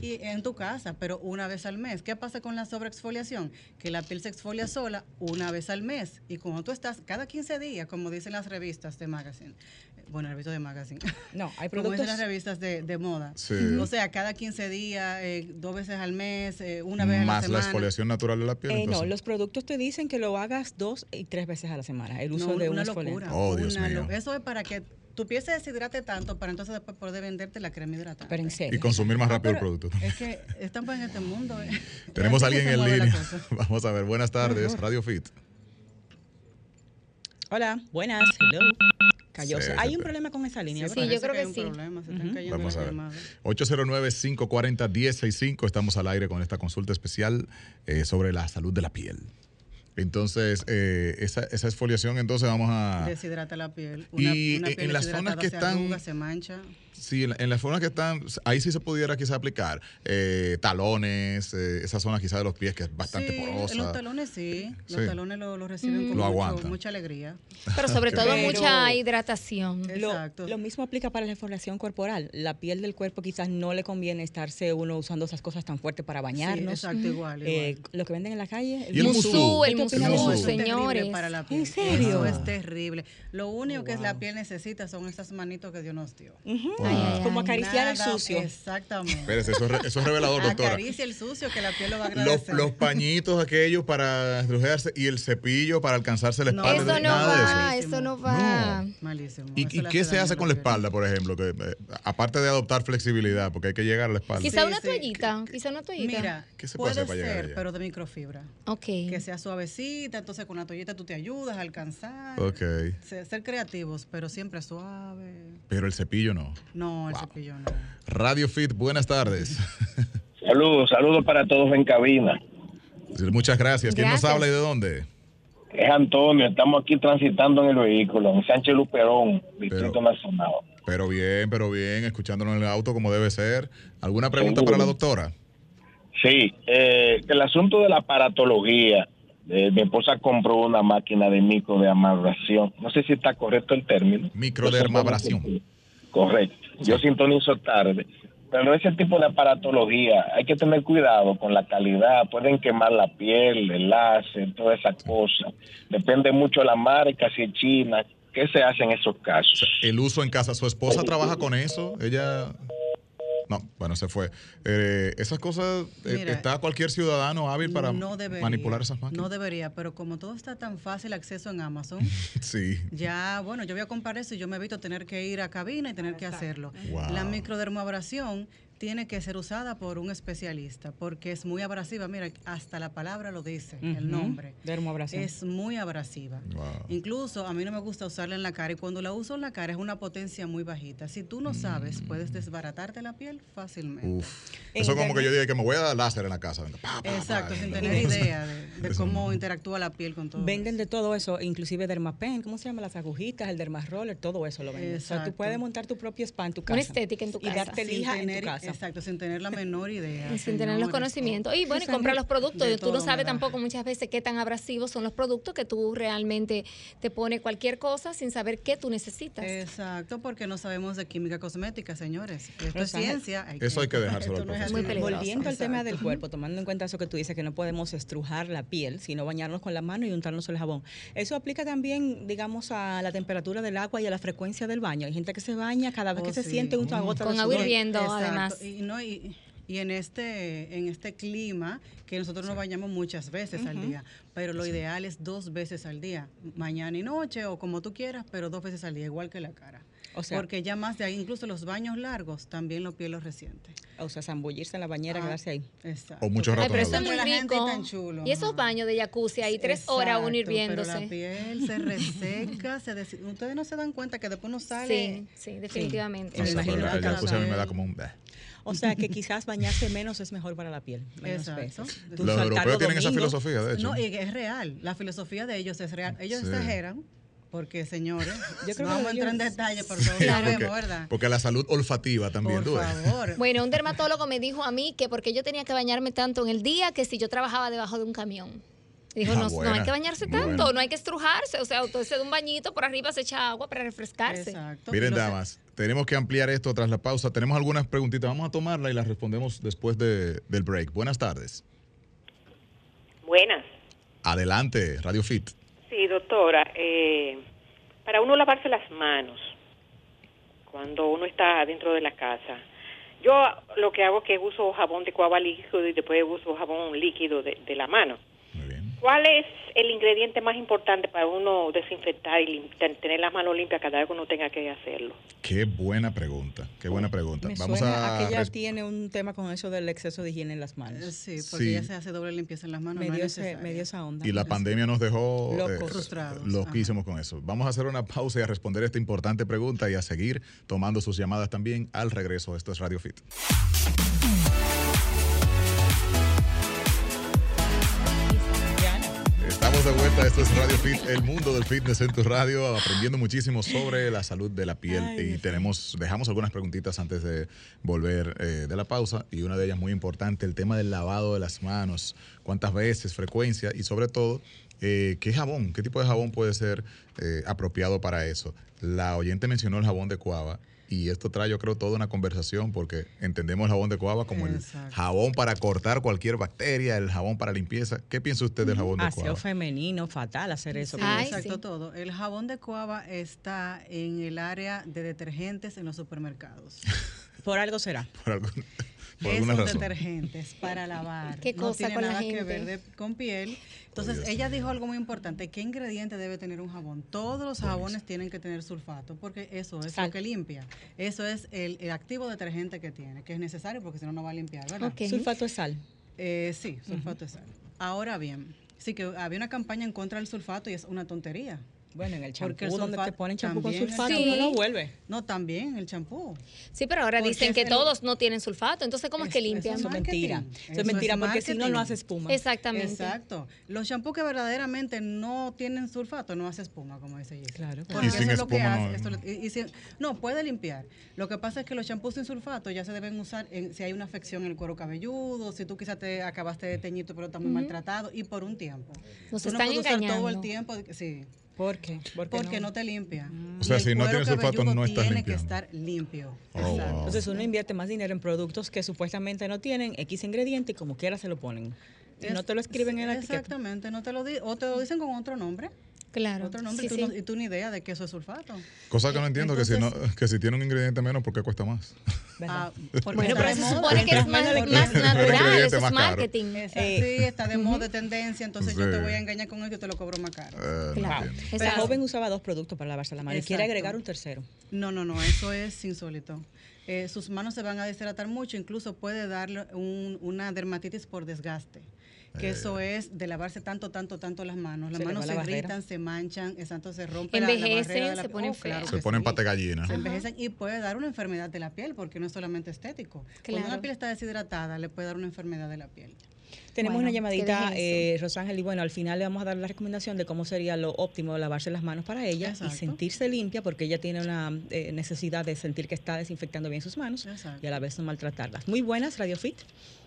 D: y en tu casa, pero una vez al mes. ¿Qué pasa con la sobreexfoliación? Que la piel se exfolia sola una vez al mes. Y como tú estás cada 15 días, como dicen las revistas de magazine, bueno, revistas de magazine.
B: No, hay
D: Como
B: productos-
D: dicen las revistas de, de moda.
A: Sí.
D: O sea, cada 15 días, eh, dos veces al mes, eh, una vez a la
A: Más la
D: semana.
A: exfoliación natural de la piel.
B: Eh, no,
A: entonces.
B: los productos te dicen que lo hagas dos y tres veces a la semana. El uso
D: No,
B: de un
D: una
B: exfoliante.
D: locura.
A: Oh, Dios
D: Una
A: mío.
D: lo- Eso es para que tu piel se deshidrate tanto para entonces después poder venderte la crema hidratante.
B: Pero en
A: y
B: serio.
A: consumir
B: Ah,
A: más rápido
D: Pero
A: el producto.
D: Es que estamos en este mundo. eh.
A: Tenemos a
D: Así que
A: alguien
D: se
A: en
D: mueve la
A: línea.
D: cosa.
A: Vamos a ver, buenas tardes, Radio Fit.
B: Hola, buenas, hello. Calloso.
A: Sí,
B: hay
A: sí,
B: un
A: pe-
B: problema con esa línea,
C: Sí, yo
B: ¿verdad?
D: Parece
C: creo que
D: hay un
C: sí.
D: problema, se están cayendo
A: Vamos a
D: las
A: ver.
D: llamadas.
A: 809-540-1065. Estamos al aire con esta consulta especial eh, sobre la salud de la piel. Entonces, eh, esa, esa exfoliación, entonces vamos a...
D: Deshidrata la piel.
A: Ah. Y en- en las zonas
D: deshidratada
A: que
D: se
A: están-
D: arruga, se mancha.
A: Sí, en, la- en las formas que están, ahí sí se pudiera quizá aplicar eh, talones, eh, esa zona quizá de los pies que es bastante
D: sí,
A: porosa.
D: los talones sí. Los
A: Sí.
D: talones lo, lo
B: Mm.
D: reciben con
A: Lo
D: mucho-
A: aguantan.
D: mucha alegría.
C: Pero sobre todo
B: Pero-
C: mucha hidratación.
D: Eh,
B: Lo,
D: Exacto.
B: lo mismo aplica para la exfoliación corporal. La piel del cuerpo quizás no le conviene estarse uno usando esas cosas tan fuertes para
D: Sí,
B: bañarnos.
D: exacto, igual.
B: Eh,
D: igual.
B: lo que venden en la calle.
A: Y el
B: musú.
A: musú,
C: el
B: ¿Qué
C: musú,
B: opinas del
A: el
D: Eso
A: musú.
D: es terrible
C: señores.
D: para la
B: ¿En
D: piel.
B: serio?
D: Eso es terrible. Lo único que la piel necesita son esas manitos que Dios nos dio.
B: Ujú.
A: Wow.
C: Ay, ay,
B: Como
C: ay.
B: acariciar el
D: Nada,
B: sucio.
D: Exactamente.
A: Espérese, eso es, re- eso es
D: Ah,
A: revelador, doctora.
D: Acaricia el sucio que la piel lo va a
A: Los,
D: agradecer.
A: los pañitos aquellos para estrujarse y el cepillo para alcanzarse la
D: No,
A: espalda.
C: Eso
D: de-
C: no
A: nada de eso.
C: va, eso no va.
D: Malísimo.
A: ¿Y,
D: eso
A: y
D: le
A: qué se
D: daño
A: hace
D: a
A: con la
D: piel.
A: espalda, por ejemplo? Que, eh, aparte de adoptar flexibilidad, porque hay que llegar a la espalda.
C: Quizá
D: Sí,
C: una
D: sí.
C: toallita, quizá una toallita.
D: Mira,
A: ¿Qué se puede
D: puede,
A: hacer para llegar
D: ser,
A: allá?
D: pero de microfibra.
C: Ok.
D: Que sea suavecita, entonces con la toallita tú te ayudas a alcanzar.
A: Ok.
D: Se- Ser creativos, pero siempre suave.
A: Pero el cepillo no.
D: No, el
A: Wow.
D: cepillo no.
A: Radio Fit, buenas tardes.
E: Saludos, saludos para todos en cabina.
A: Muchas gracias. ¿Quién nos
C: Gracias.
A: habla y de dónde?
E: Es Antonio, estamos aquí transitando en el vehículo, en Sánchez Luperón, Distrito
A: Pero-
E: Nacional.
A: Pero bien, pero bien, escuchándonos en el auto como debe ser. ¿Alguna pregunta para la doctora?
E: Sí, eh, el asunto de la aparatología. eh, mi esposa compró una máquina de micro de amarración. No sé si está correcto el término.
A: Microdermabrasión.
E: Correcto. Yo sintonizo tarde. Pero ese tipo de aparatología, hay que tener cuidado con la calidad. Pueden quemar la piel, el láser, todas esas cosas. Depende mucho de la marca, si es china. ¿Qué se hace en esos casos?
A: El uso en casa. ¿Su esposa trabaja con eso? Ella... No, bueno, se fue. Eh, esas cosas, eh,
D: Mira,
A: ¿está cualquier ciudadano hábil para
D: no debería,
A: manipular esas máquinas?
D: No debería, pero como todo está tan fácil acceso en Amazon,
A: sí.
D: ya, bueno, yo voy a comprar eso y yo me evito tener que ir a cabina y tener que hacerlo.
A: Wow.
D: La microdermoabrasión tiene que ser usada por un especialista porque es muy abrasiva. Mira, hasta la palabra lo dice,
B: Ujú.
D: el nombre.
B: Dermoabrasión.
D: Es muy abrasiva.
A: Wow.
D: Incluso a mí no me gusta usarla en la cara y cuando la uso en la cara es una potencia muy bajita. Si tú no
A: Mm.
D: sabes, puedes desbaratarte la piel fácilmente.
A: Uf.
B: En
A: Eso como que
B: internet.
A: yo dije que me voy a dar láser en la casa. venga, pa, pa, pa,
D: Exacto,
A: y
D: sin
A: la
D: tener
A: cosa.
D: idea de, de
A: Eso
D: cómo
A: no.
D: interactúa la piel con todo.
B: Venden
D: eso.
B: de todo eso, inclusive dermapen, ¿cómo se llama? Las agujitas, el dermaroller, todo eso lo venden. O sea, tú
D: Exacto.
B: puedes montar tu propio spa en tu casa.
C: Una estética en tu
B: Y
C: casa.
B: darte
D: Sin
B: lija en tu
D: tener-
B: casa.
D: Exacto, sin tener la menor idea.
C: sin tener los
D: señores.
C: conocimientos. Y bueno, y
D: Eso es
C: comprar
D: de-
C: los productos.
D: de
C: Tú no
D: todo,
C: sabes
D: ¿verdad?
C: tampoco muchas veces qué tan abrasivos son los productos que tú realmente te pone cualquier cosa sin saber qué tú necesitas.
D: Exacto, porque no sabemos de química cosmética, señores. Esto es
B: Rosana,
D: ciencia.
A: eso hay que dejárselo
D: esto
A: al
D: no es
A: profesor.
D: así.
C: Muy peligroso.
B: Volviendo al tema del
D: Exacto.
B: cuerpo, tomando en cuenta eso que tú dices, que no podemos estrujar la piel, sino bañarnos con la mano y untarnos el jabón. Eso aplica también, digamos, a la temperatura del agua y a la frecuencia del baño. Hay gente que se baña cada vez
D: Oh,
B: que se
D: sí.
B: siente una gota
C: Con
B: de
C: agua
B: sudor.
C: hirviendo. viendo,
D: Exacto,
C: además.
D: Y, no, y, y en este en este clima que nosotros nos bañamos muchas veces al día, pero lo ideal es dos veces al día, mañana y noche o como tú quieras, pero dos veces al día, igual que la cara.
B: O sea-
D: Porque ya más de ahí, incluso los baños largos, también los pies los resienten.
B: O sea, zambullirse en la bañera,
D: Ah,
B: quedarse ahí.
D: Exacto.
A: O mucho
C: Ay,
A: rato. en
C: pero eso
A: la
C: es muy
D: Pero la gente
C: rico.
D: tan chulo,
C: Y esos
D: ajá.
C: baños de jacuzzi ahí tres horas uno
D: Exacto,
C: hirviéndose.
D: Pero la piel se reseca, se des- ustedes no se dan cuenta que después uno sale.
C: Sí, sí, definitivamente.
A: No
D: Sí.
A: sé, pero el- el
D: Imagínate.
A: jacuzzi a mí me da como un... bah.
B: O sea, que quizás bañarse menos es mejor para la piel. Menos
D: Exacto.
B: veces. Tú
D: Los
A: Los
B: saltar
A: europeos tienen esa
B: domingos,
A: filosofía, de hecho.
D: No, y es real. La filosofía de ellos es real. Ellos
A: Sí.
D: exageran. Porque, señores,
B: Yo creo que
D: no vamos a entrar en
B: ellos-
D: detalle, por todos
A: Sí,
D: sabemos,
A: porque,
D: ¿verdad?
A: porque la salud olfativa también
D: Por
A: duele.
D: favor.
C: Bueno, un dermatólogo me dijo a mí que porque yo tenía que bañarme tanto en el día que si yo trabajaba debajo de un camión. Dijo,
A: Ah,
C: no, no hay
A: buena,
C: que bañarse
A: muy
C: tanto,
A: buena.
C: no hay que estrujarse. O sea, usted se da un bañito, por arriba se echa agua para refrescarse.
D: Exacto.
A: Miren,
D: Los-
A: damas, tenemos que ampliar esto tras la pausa. Tenemos algunas preguntitas, vamos a tomarla y las respondemos después de- del break. Buenas tardes.
F: Buenas.
A: Adelante, Radio Fit.
F: Sí, doctora. eh, para uno lavarse las manos cuando uno está dentro de la casa. Yo lo que hago es que uso jabón de coaba líquido y después uso jabón líquido de, de la mano.
A: Muy bien.
F: ¿Cuál es el ingrediente más importante para uno desinfectar y lim- ten- tener las manos limpias cada vez que uno tenga que hacerlo?
A: Qué buena pregunta, qué
D: Oh,
A: buena pregunta.
B: Me
A: Vamos
B: suena
A: a...
B: a, que ella
A: res-
B: tiene un tema con eso del exceso de higiene en las
D: eh,
B: manos.
D: Sí, porque
A: Sí.
D: ya se hace doble limpieza en las manos.
B: me,
D: no
B: dio
D: es
B: ese- me dio esa onda.
A: Y la pandemia nos dejó eh,
B: Locos.
D: Frustrados,
A: loquísimos con eso. Vamos a hacer una pausa y a responder esta importante pregunta y a seguir tomando sus llamadas también al regreso. Esto es Radio Fit. Estamos de vuelta, esto es Radio Fit, el mundo del fitness en tu radio, aprendiendo muchísimo sobre la salud de la piel
B: Ay,
A: y
B: Dios
A: tenemos, dejamos algunas preguntitas antes de volver eh, de la pausa y una de ellas muy importante, el tema del lavado de las manos, cuántas veces, frecuencia y sobre todo, eh, qué jabón, qué tipo de jabón puede ser eh, apropiado para eso. La oyente mencionó el jabón de cuava. Y esto trae, yo creo, toda una conversación porque entendemos el jabón de cuava como el
D: Exacto.
A: jabón para cortar cualquier bacteria, el jabón para limpieza. ¿Qué piensa usted del jabón de
B: Aseo
A: cuava?
B: femenino, fatal hacer eso.
C: Sí. Ay,
D: Exacto,
C: sí.
D: todo. El jabón de cuava está en el área de detergentes en los supermercados.
B: Por algo será.
A: por, algún- por alguna
D: Esos
A: razón.
D: detergentes para lavar.
C: Qué
D: no
C: cosa
D: tiene
C: con la
D: nada que
C: gente.
D: ver de- con piel. Entonces,
A: Dios
D: ella
A: mío.
D: dijo algo muy importante. ¿Qué ingrediente debe tener un jabón? Todos los jabones tienen que tener sulfato porque eso es
B: Sal.
D: lo que limpia. Eso es el, el activo detergente que tiene, que es necesario porque si no, no va a limpiar, ¿verdad?
C: Ok. ¿Qué?
B: Sulfato de sal.
D: Eh, sí, sulfato es sal. Ahora bien, sí que había una campaña en contra del sulfato y es una tontería.
B: Bueno, en el
D: Porque el
B: champú, donde te
D: sulfato
B: ponen champú con
D: también es-
B: sulfato,
C: Sí.
B: uno no vuelve.
D: No, también el champú.
C: Sí, pero ahora
D: Porque
C: dicen
D: es
C: que
D: el-
C: todos no tienen sulfato. Entonces, ¿cómo es, que
D: Es- es
C: limpian?
B: Eso es
D: Marketing.
B: mentira. Eso,
D: Eso
B: es mentira,
D: es
B: porque si no, no
D: marketing.
B: hace espuma.
C: Exactamente.
D: Exacto. Los champús que verdaderamente no tienen sulfato no hace espuma, como dice Gisela.
B: Claro. pues.
D: Porque
A: Y
D: eso
A: sin
D: es lo que
A: espuma no-
D: hace, esto lo- y- y sin- no, puede limpiar. Lo que pasa es que los champús sin sulfato ya se deben usar en- si hay una afección en el cuero cabelludo, si tú quizás te acabaste de teñito pero está muy maltratado y por un tiempo.
C: Nos
D: Tú no
C: están
D: puedes usar todo
C: engañando.
D: el tiempo, sí,
B: ¿Por qué? Porque,
D: porque no? te limpia.
C: Mm.
A: O sea,
D: Y el
A: si no
D: cuero
A: tienes sulfato,
D: cabelludo
A: no estás
D: tiene que
A: limpiando.
D: estar limpio.
A: Oh,
D: Exacto.
A: wow.
B: Entonces uno invierte más dinero en productos que supuestamente no tienen X ingrediente y como quiera se lo ponen. Y no
D: Es-
B: te lo escriben en la etiqueta.
D: Exactamente, no te lo di- o te lo dicen con otro nombre,
C: Claro.
D: otro
C: Sí,
D: nombre y, tú
C: sí.
D: no- y tú ni idea de que eso es sulfato.
A: Cosa que no entiendo, que, si
D: Entonces-
A: no, que si tiene un ingrediente menos, ¿por qué cuesta más?
B: ¿verdad?
D: Ah, porque
C: Bueno,
D: está
C: pero
D: de
C: eso se
D: moda.
C: supone que es más,
B: Mientras menos le
C: más
B: quites.
C: natural.
A: Ingrediente
C: Eso es
A: más caro.
C: marketing.
D: Exacto,
B: Eh,
D: sí, está de moda, de tendencia, entonces yo
A: Sí.
D: te voy a engañar con esto y te lo cobro más caro.
A: Eh, no
C: Claro.
A: entiendo.
C: Exacto.
B: La joven usaba dos productos para lavarse la mano y quiere
D: Exacto.
B: agregar un tercero.
D: No, no, no, eso es insólito. Eh, sus manos se van a deshidratar mucho, incluso puede darle un- una dermatitis por desgaste. Que eso
A: Eh.
D: es de lavarse tanto, tanto, tanto las manos. Las
B: Se le va
D: manos
B: la
D: se
B: barrera.
D: irritan, se manchan, exacto, se rompe la- la
C: Envejecen,
D: barrera de la
C: se
D: piel.
C: ponen
D: Oh, claro
C: feas.
D: que
A: Se ponen
D: sí. Ah,
A: pata gallina.
D: Se envejecen y puede dar una enfermedad de la piel, porque no es solamente estético. Cuando
C: Claro.
D: una piel está deshidratada, le puede dar una enfermedad de la piel.
B: Tenemos
C: Bueno,
B: una llamadita,
C: ¿qué
B: eh, Rosángel, y bueno, al final le vamos a dar la recomendación de cómo sería lo óptimo lavarse las manos para ella
D: Exacto.
B: y sentirse limpia, porque ella tiene una eh, necesidad de sentir que está desinfectando bien sus manos
D: Exacto.
B: y a la vez no maltratarlas. Muy buenas, Radio Fit.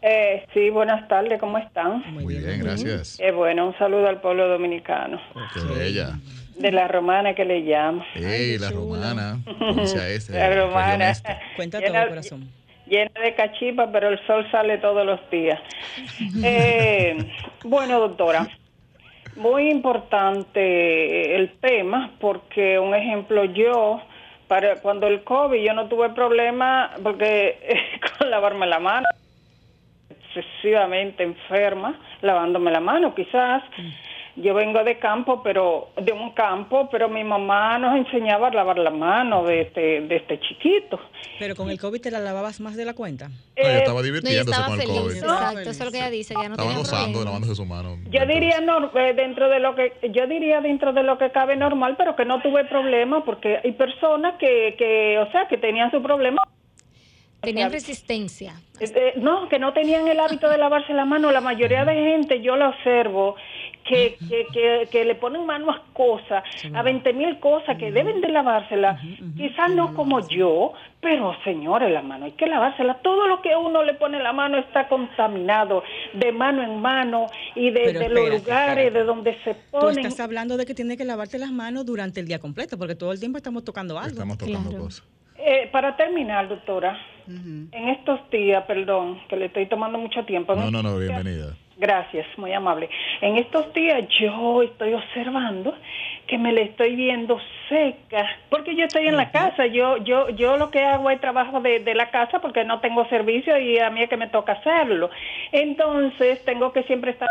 G: Eh, sí, buenas tardes, ¿cómo están?
A: Muy bien, gracias.
G: Eh, bueno, un saludo al pueblo dominicano,
A: Qué bella.
G: de la romana que le llamo.
A: Ey,
C: qué
A: la
C: chulo.
A: romana. provincia este,
G: La
A: región
G: romana.
A: este.
B: Cuenta
G: Llena-
B: todo, corazón.
G: Llena de cachipa, pero el sol sale todos los días. Eh, bueno, doctora, muy importante el tema, porque un ejemplo, yo, para cuando el COVID, yo no tuve problema porque con lavarme la mano, excesivamente enferma, lavándome la mano, quizás. Yo vengo de campo, pero de un campo, pero mi mamá nos enseñaba a lavar la mano desde, desde este chiquito.
B: Pero con el COVID te la lavabas más de la cuenta.
A: No, ella
G: Eh,
A: estaba
C: No, ella
A: divirtiéndose
C: estaba
A: con el
C: feliz,
A: COVID.
C: exacto, eso es lo que ella dice, que ella no
A: Estaba
C: tenía
A: gozando,
C: problema.
A: lavándose su mano.
G: Yo diría nor- eh, dentro de lo que yo diría dentro de lo que cabe normal, pero que no tuve problema porque hay personas que, que o sea, que tenían su problema,
C: Tenían resistencia.
G: eh, eh, no, que no tenían el hábito de lavarse la mano. La mayoría de gente yo la observo que, que, que, que le ponen mano a cosas, a 20 mil cosas que deben de lavársela. Quizás no como yo, pero señores, la mano hay que lavársela. Todo lo que uno le pone la mano está contaminado de mano en mano y de,
B: Pero
G: de los
B: espérate,
G: lugares
B: espérate.
G: de donde se
B: Tú
G: ponen.
B: estás hablando de que tienes que lavarte las manos durante el día completo, porque todo el tiempo estamos tocando algo.
A: Estamos tocando
C: Claro.
A: cosas.
G: Eh, para terminar, doctora,
D: Ujú.
G: en estos días, perdón, que le estoy tomando mucho tiempo. en
A: No, no, no,
G: estos días-
A: bienvenida.
G: Gracias, muy amable. En estos días yo estoy observando que me le estoy viendo seca, porque yo estoy en la casa, yo yo yo lo que hago es trabajo de, de la casa porque no tengo servicio y a mí es que me toca hacerlo. Entonces tengo que siempre estar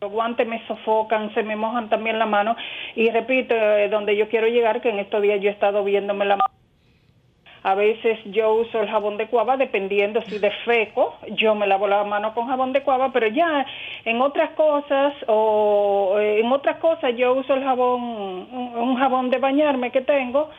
G: los guantes me sofocan, se me mojan también la mano y repito, eh, donde yo quiero llegar, que en estos días yo he estado viéndome la mano. A veces yo uso el jabón de cuava, dependiendo si de feco, yo me lavo la mano con jabón de cuava, pero ya en otras cosas o eh, en otras cosas yo uso el jabón, un, un jabón de bañarme que tengo.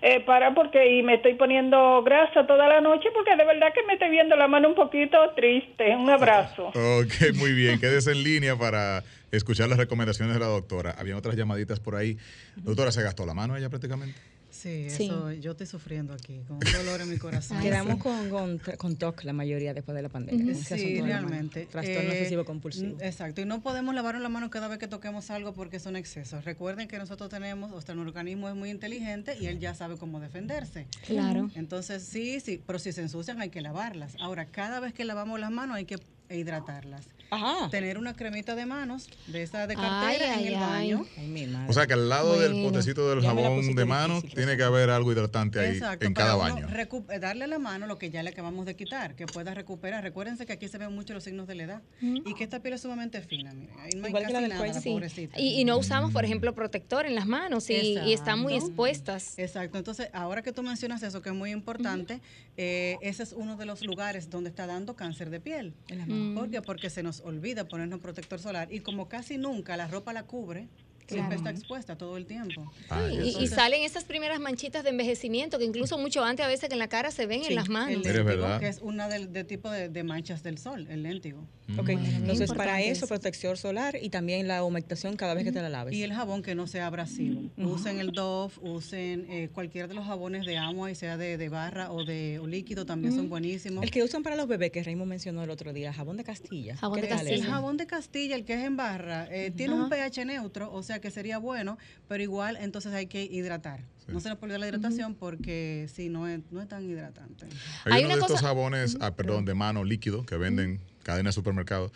G: eh, para porque y me estoy poniendo grasa toda la noche porque de verdad que me estoy viendo la mano un poquito triste. Un abrazo.
A: Ok, muy bien. Quédese en línea para escuchar las recomendaciones de la doctora. Habían otras llamaditas por ahí. Doctora, ¿se gastó la mano ella prácticamente?
D: Sí,
C: Sí.
D: eso, yo estoy sufriendo aquí, con un dolor en mi corazón.
C: Ay,
B: Quedamos con, con, tra- con TOC la mayoría después de la pandemia.
C: Ujú.
B: con ese
D: Sí,
B: asunto de la mano.
D: realmente.
B: Trastorno
D: Eh,
B: obsesivo compulsivo.
D: n- Exacto. Y no podemos lavarnos la mano cada vez que toquemos algo porque son excesos. Recuerden que nosotros tenemos, o sea, nuestro organismo es muy inteligente y él ya sabe cómo defenderse.
C: Claro.
D: Entonces, sí, sí, pero si se ensucian hay que lavarlas. Ahora, cada vez que lavamos las manos hay que hidratarlas.
B: Ajá.
D: Tener una cremita de manos, de esa de
C: Ay,
D: cartera
C: ay,
D: en el
C: ay.
D: baño.
B: Ah. Ay, mi madre.
A: O sea que al lado del
C: Bueno,
A: potecito del
B: ya me la
A: jabón
B: pusiste
A: de mano
B: difícil,
A: tiene
B: Rosa.
A: que haber algo hidratante ahí
D: Exacto,
A: en
D: para
A: cada
D: uno
A: baño.
D: recu- eh, darle la mano lo que ya le acabamos de quitar, que pueda recuperar. Recuérdense que aquí se ven mucho los signos de la edad
C: Mm.
D: y que esta piel es sumamente fina. Miren, ahí no hay
B: Igual que la
D: casi
B: del
D: nada,
B: cuello,
C: Sí.
D: pobrecita.
C: Y, y no usamos, por ejemplo, protector en las manos y, y están muy
D: Exacto.
C: expuestas.
D: Exacto, entonces ahora que tú mencionas eso, que es muy importante, eh, ese es uno de los lugares donde está dando cáncer de piel.
B: En la mano.
C: Mm.
D: ¿Por qué? Porque se nos olvida ponernos protector solar y como casi nunca la ropa la cubre, siempre está expuesta todo el tiempo.
A: Ah,
C: Y-
A: ya
C: Y,
A: sé.
C: y salen esas primeras manchitas de envejecimiento que incluso mucho antes a veces que en la cara se ven en las
D: El
C: manos.
A: Eres verdad.
D: léntigo, que es una del de tipo de, de manchas del sol, el léntigo.
B: Ok,
C: Bueno, muy
B: entonces para
C: importante
B: eso,
C: eso.
B: protección solar y también la humectación cada vez que te la laves.
D: Y el jabón que no sea abrasivo. Usen el Dove, usen eh, cualquiera de los jabones de agua, y sea de, de barra o de o líquido, también son buenísimos.
B: El que usan para los bebés, que Raymond mencionó el otro día, jabón de Castilla.
C: Jabón
B: ¿Qué
C: de
B: tal
C: Castilla.
D: El
B: ese?
D: jabón de Castilla, el que es en barra, eh, tiene un pH neutro, o sea que sería bueno, pero igual entonces hay que hidratar. No se nos puede olvidar la hidratación porque si no es, no es tan hidratante.
A: Hay,
C: Hay
A: uno
C: una
A: de estos
C: cosa-
A: jabones, ah, perdón, de mano líquido que venden cadena de supermercados.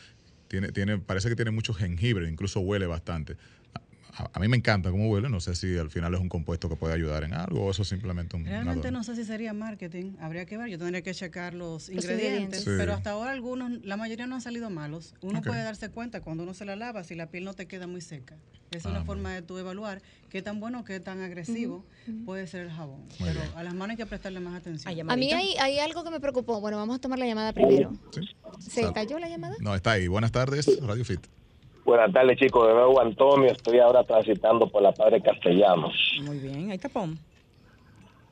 A: Tiene, tiene, parece que tiene mucho jengibre, incluso huele bastante. A, a- a mí me encanta cómo huele, no sé si al final es un compuesto que puede ayudar en algo o eso es simplemente un... un
D: Realmente
A: adorno.
D: no sé si sería marketing, habría que ver, yo tendría que checar los,
C: ingredientes.
D: ingredientes,
A: Sí.
D: pero hasta ahora algunos, la mayoría no han salido malos. Uno
A: Ok.
D: puede darse cuenta cuando uno se la lava si la piel no te queda muy seca. Es
A: Ah,
D: una
A: muy
D: forma de tú evaluar qué tan bueno, qué tan agresivo puede ser el jabón. pero
A: bien.
D: a las manos hay que prestarle más atención.
B: Ay,
C: A mí
B: llamadita.
C: hay, hay algo que me preocupó. Bueno, vamos a tomar la llamada primero.
A: Sí.
C: ¿Se
A: Sal-
C: cayó la llamada?
A: No, está ahí. Buenas tardes, Radio Fit.
H: Buenas tardes, chicos. De nuevo, Antonio. Estoy ahora transitando por la Padre Castellanos.
B: Muy bien, hay tapón.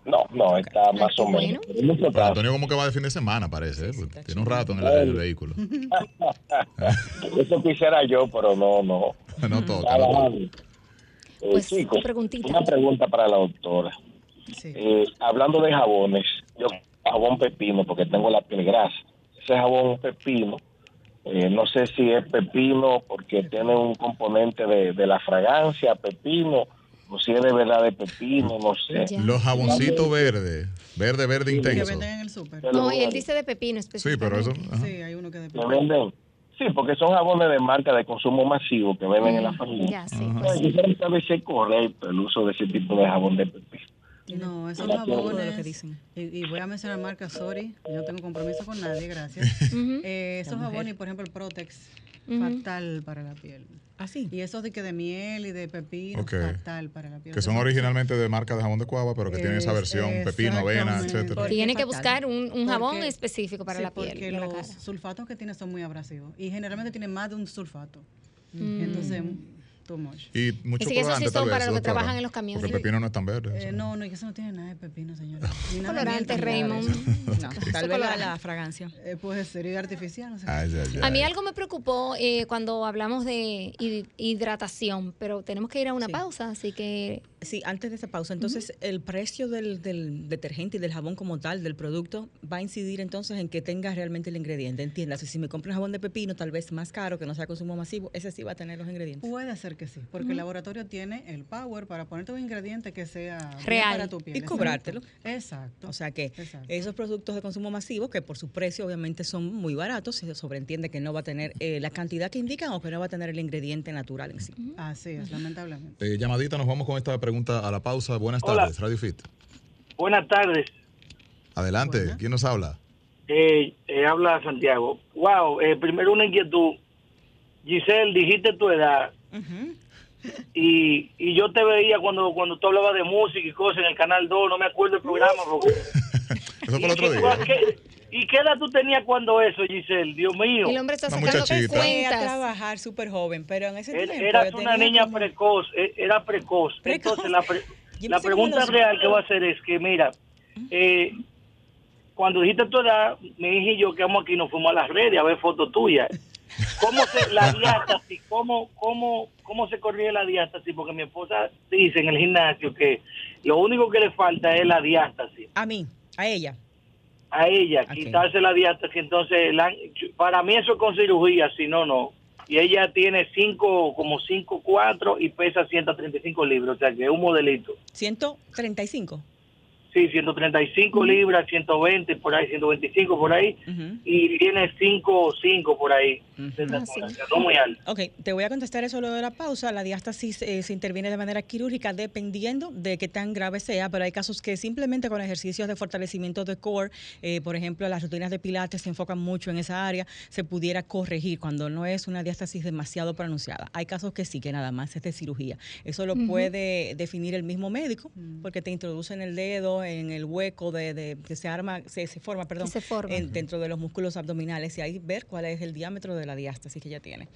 H: No, no, está más o
C: Ah, bueno.
H: menos. Mucho
A: Pero
H: trabajo.
A: Antonio como que va de fin de semana, parece. ¿eh? Pues Tiene un rato en el, el vehículo.
H: Eso quisiera yo, pero no, no.
A: No toca.
H: Está
A: no toca.
H: bajando. Eh,
C: Pues,
H: chicos,
C: una preguntita.
H: una pregunta para la doctora.
D: Sí.
H: Eh, hablando de jabones, yo jabón pepino porque tengo la piel grasa. Ese jabón pepino, eh, no sé si es pepino porque tiene un componente de, de la fragancia, pepino, o si es de verdad de pepino, no sé.
C: Ya.
A: Los jaboncitos verdes. Verde, verde
D: Que
A: intenso.
D: venden en el súper.
H: Pero
C: No, y
H: bueno,
C: él dice de pepino
A: Sí, pero eso. ajá.
D: Sí, hay uno que de
H: ¿lo venden? Sí, porque son jabones de marca de consumo masivo que venden en la farmacia.
C: Ya, sí,
A: Ajá.
C: pues sí.
H: Quisiera saber si es correcto el uso de ese tipo de jabón de pepino.
D: No, esos
H: Tiene todo lo
D: jabones.
B: que dicen.
D: Y, y voy a mencionar marcas, sorry, yo no tengo compromiso con nadie, gracias.
C: Ujú,
D: Eh, esos
B: mujer.
D: jabones, por ejemplo, el Protex,
C: Ujú.
D: fatal para la piel.
B: Así.
D: Y esos de que de miel y de pepino,
A: Ok.
D: fatal para la piel.
A: Que son
D: Entonces,
A: originalmente de marca de jabón de cuava, pero que tienen esa
D: Es-
A: versión pepino, avena,
D: exactamente.
A: etcétera.
C: Tiene que
B: fatal.
C: buscar un, un jabón
D: Porque-
C: específico para
D: sí,
C: la piel
D: Porque
C: y la
D: los
C: cara.
D: sulfatos que tiene son muy abrasivos y generalmente tienen más de un sulfato.
C: Mm.
D: Entonces, too much.
A: Y mucho
C: Así que esos
A: colorante,
C: sí son
A: tal vez,
C: para los que
A: doctora,
C: trabajan en los camiones.
A: Porque el pepino no es tan verde.
D: Eh,
A: eso.
D: no, no, y eso no tiene nada de pepino, señora. Ni nada de miel,
C: Colorante,
D: ni nada de eso.
C: Raymond.
B: No,
C: Eso
B: tal vez la,
C: colorante.
B: la fragancia.
D: Eh, puede ser y artificial, no sé.
A: Ay, ay, ay.
C: A mí algo me preocupó eh, cuando hablamos de hid- hidratación, pero tenemos que ir a una
B: Sí.
C: pausa, así que
B: Sí, antes de esa pausa. Entonces, el precio del, del detergente y del jabón como tal, del producto, va a incidir entonces en que tenga realmente el ingrediente. Entiéndase, si me compro un jabón de pepino, tal vez más caro, que no sea consumo masivo, ese sí va a tener los ingredientes.
D: Puede ser que sí, porque
C: Mm.
D: el laboratorio tiene el power para ponerte un ingrediente que sea bien
C: Real.
D: para tu piel.
B: Y cobrártelo.
D: Exacto.
B: O sea que
D: Exacto.
B: esos productos de consumo masivo, que por su precio obviamente son muy baratos, se sobreentiende que no va a tener eh, la cantidad que indican o que no va a tener el ingrediente natural en sí.
D: Así es, lamentablemente.
A: Eh, llamadita, nos vamos con esta pregunta a la pausa. Buenas
I: Hola.
A: tardes, Radio Fit.
I: Buenas tardes.
A: Adelante, ¿quién nos habla?
I: Eh, eh, habla Santiago. Wow, eh, primero una inquietud. Giselle, dijiste tu edad. Y, y yo te veía cuando cuando tú hablabas de música y cosas en el Canal 2, no me acuerdo el programa. porque-
A: Eso fue el otro
I: ¿Y,
A: día. ¿eh?
I: qué, y qué edad tú tenías cuando eso, Giselle? Dios mío.
C: el hombre está
A: Una
C: sacando
A: muchachita.
B: Fue a
C: cuentas.
B: trabajar súper joven, pero en ese
I: Er-
B: tiempo...
I: Eras
B: yo
I: una
B: tenía
I: niña
B: como-
I: precoz, e- era precoz.
B: Precoz.
I: Entonces, la, pre-
B: Yo
I: la
B: pensé como
I: pregunta
B: los-
I: real que voy a hacer es que, mira, eh, cuando dijiste tu edad, me dije yo que vamos aquí, nos fuimos a las redes a ver fotos tuyas. ¿Cómo se, la diástasis, cómo, cómo, cómo se corrige la diástasis? Porque mi esposa dice en el gimnasio que lo único que le falta es la diástasis.
B: A mí, a ella.
I: A ella,
B: Ok.
I: quitarse la diástasis. Entonces, la- para mí eso es con cirugía, si no, no. Y ella tiene cinco, como 5, 4 y pesa 135 libras, o sea que es un modelito.
B: 135.
I: Sí, 135
B: Mm.
I: libras, 120 por ahí, 125 por ahí,
B: Ujú.
I: y tiene 5 o 5 por ahí.
B: Ujú.
I: de estatura,
C: Ah, sí.
I: o sea, no muy alto.
B: Ok, te voy a contestar eso luego de la pausa. La diástasis eh, se interviene de manera quirúrgica dependiendo de qué tan grave sea, pero hay casos que simplemente con ejercicios de fortalecimiento de core, eh, por ejemplo, las rutinas de pilates se enfocan mucho en esa área, se pudiera corregir cuando no es una diástasis demasiado pronunciada. Hay casos que sí, que nada más es de cirugía. Eso lo
C: Ujú. Mm.
B: puede definir el mismo médico, porque te introducen el dedo en el hueco de, de- que se arma, se, se forma, perdón,
C: se forma.
B: en- dentro de los músculos abdominales y ahí ver cuál es el diámetro de la diástasis que ella tiene.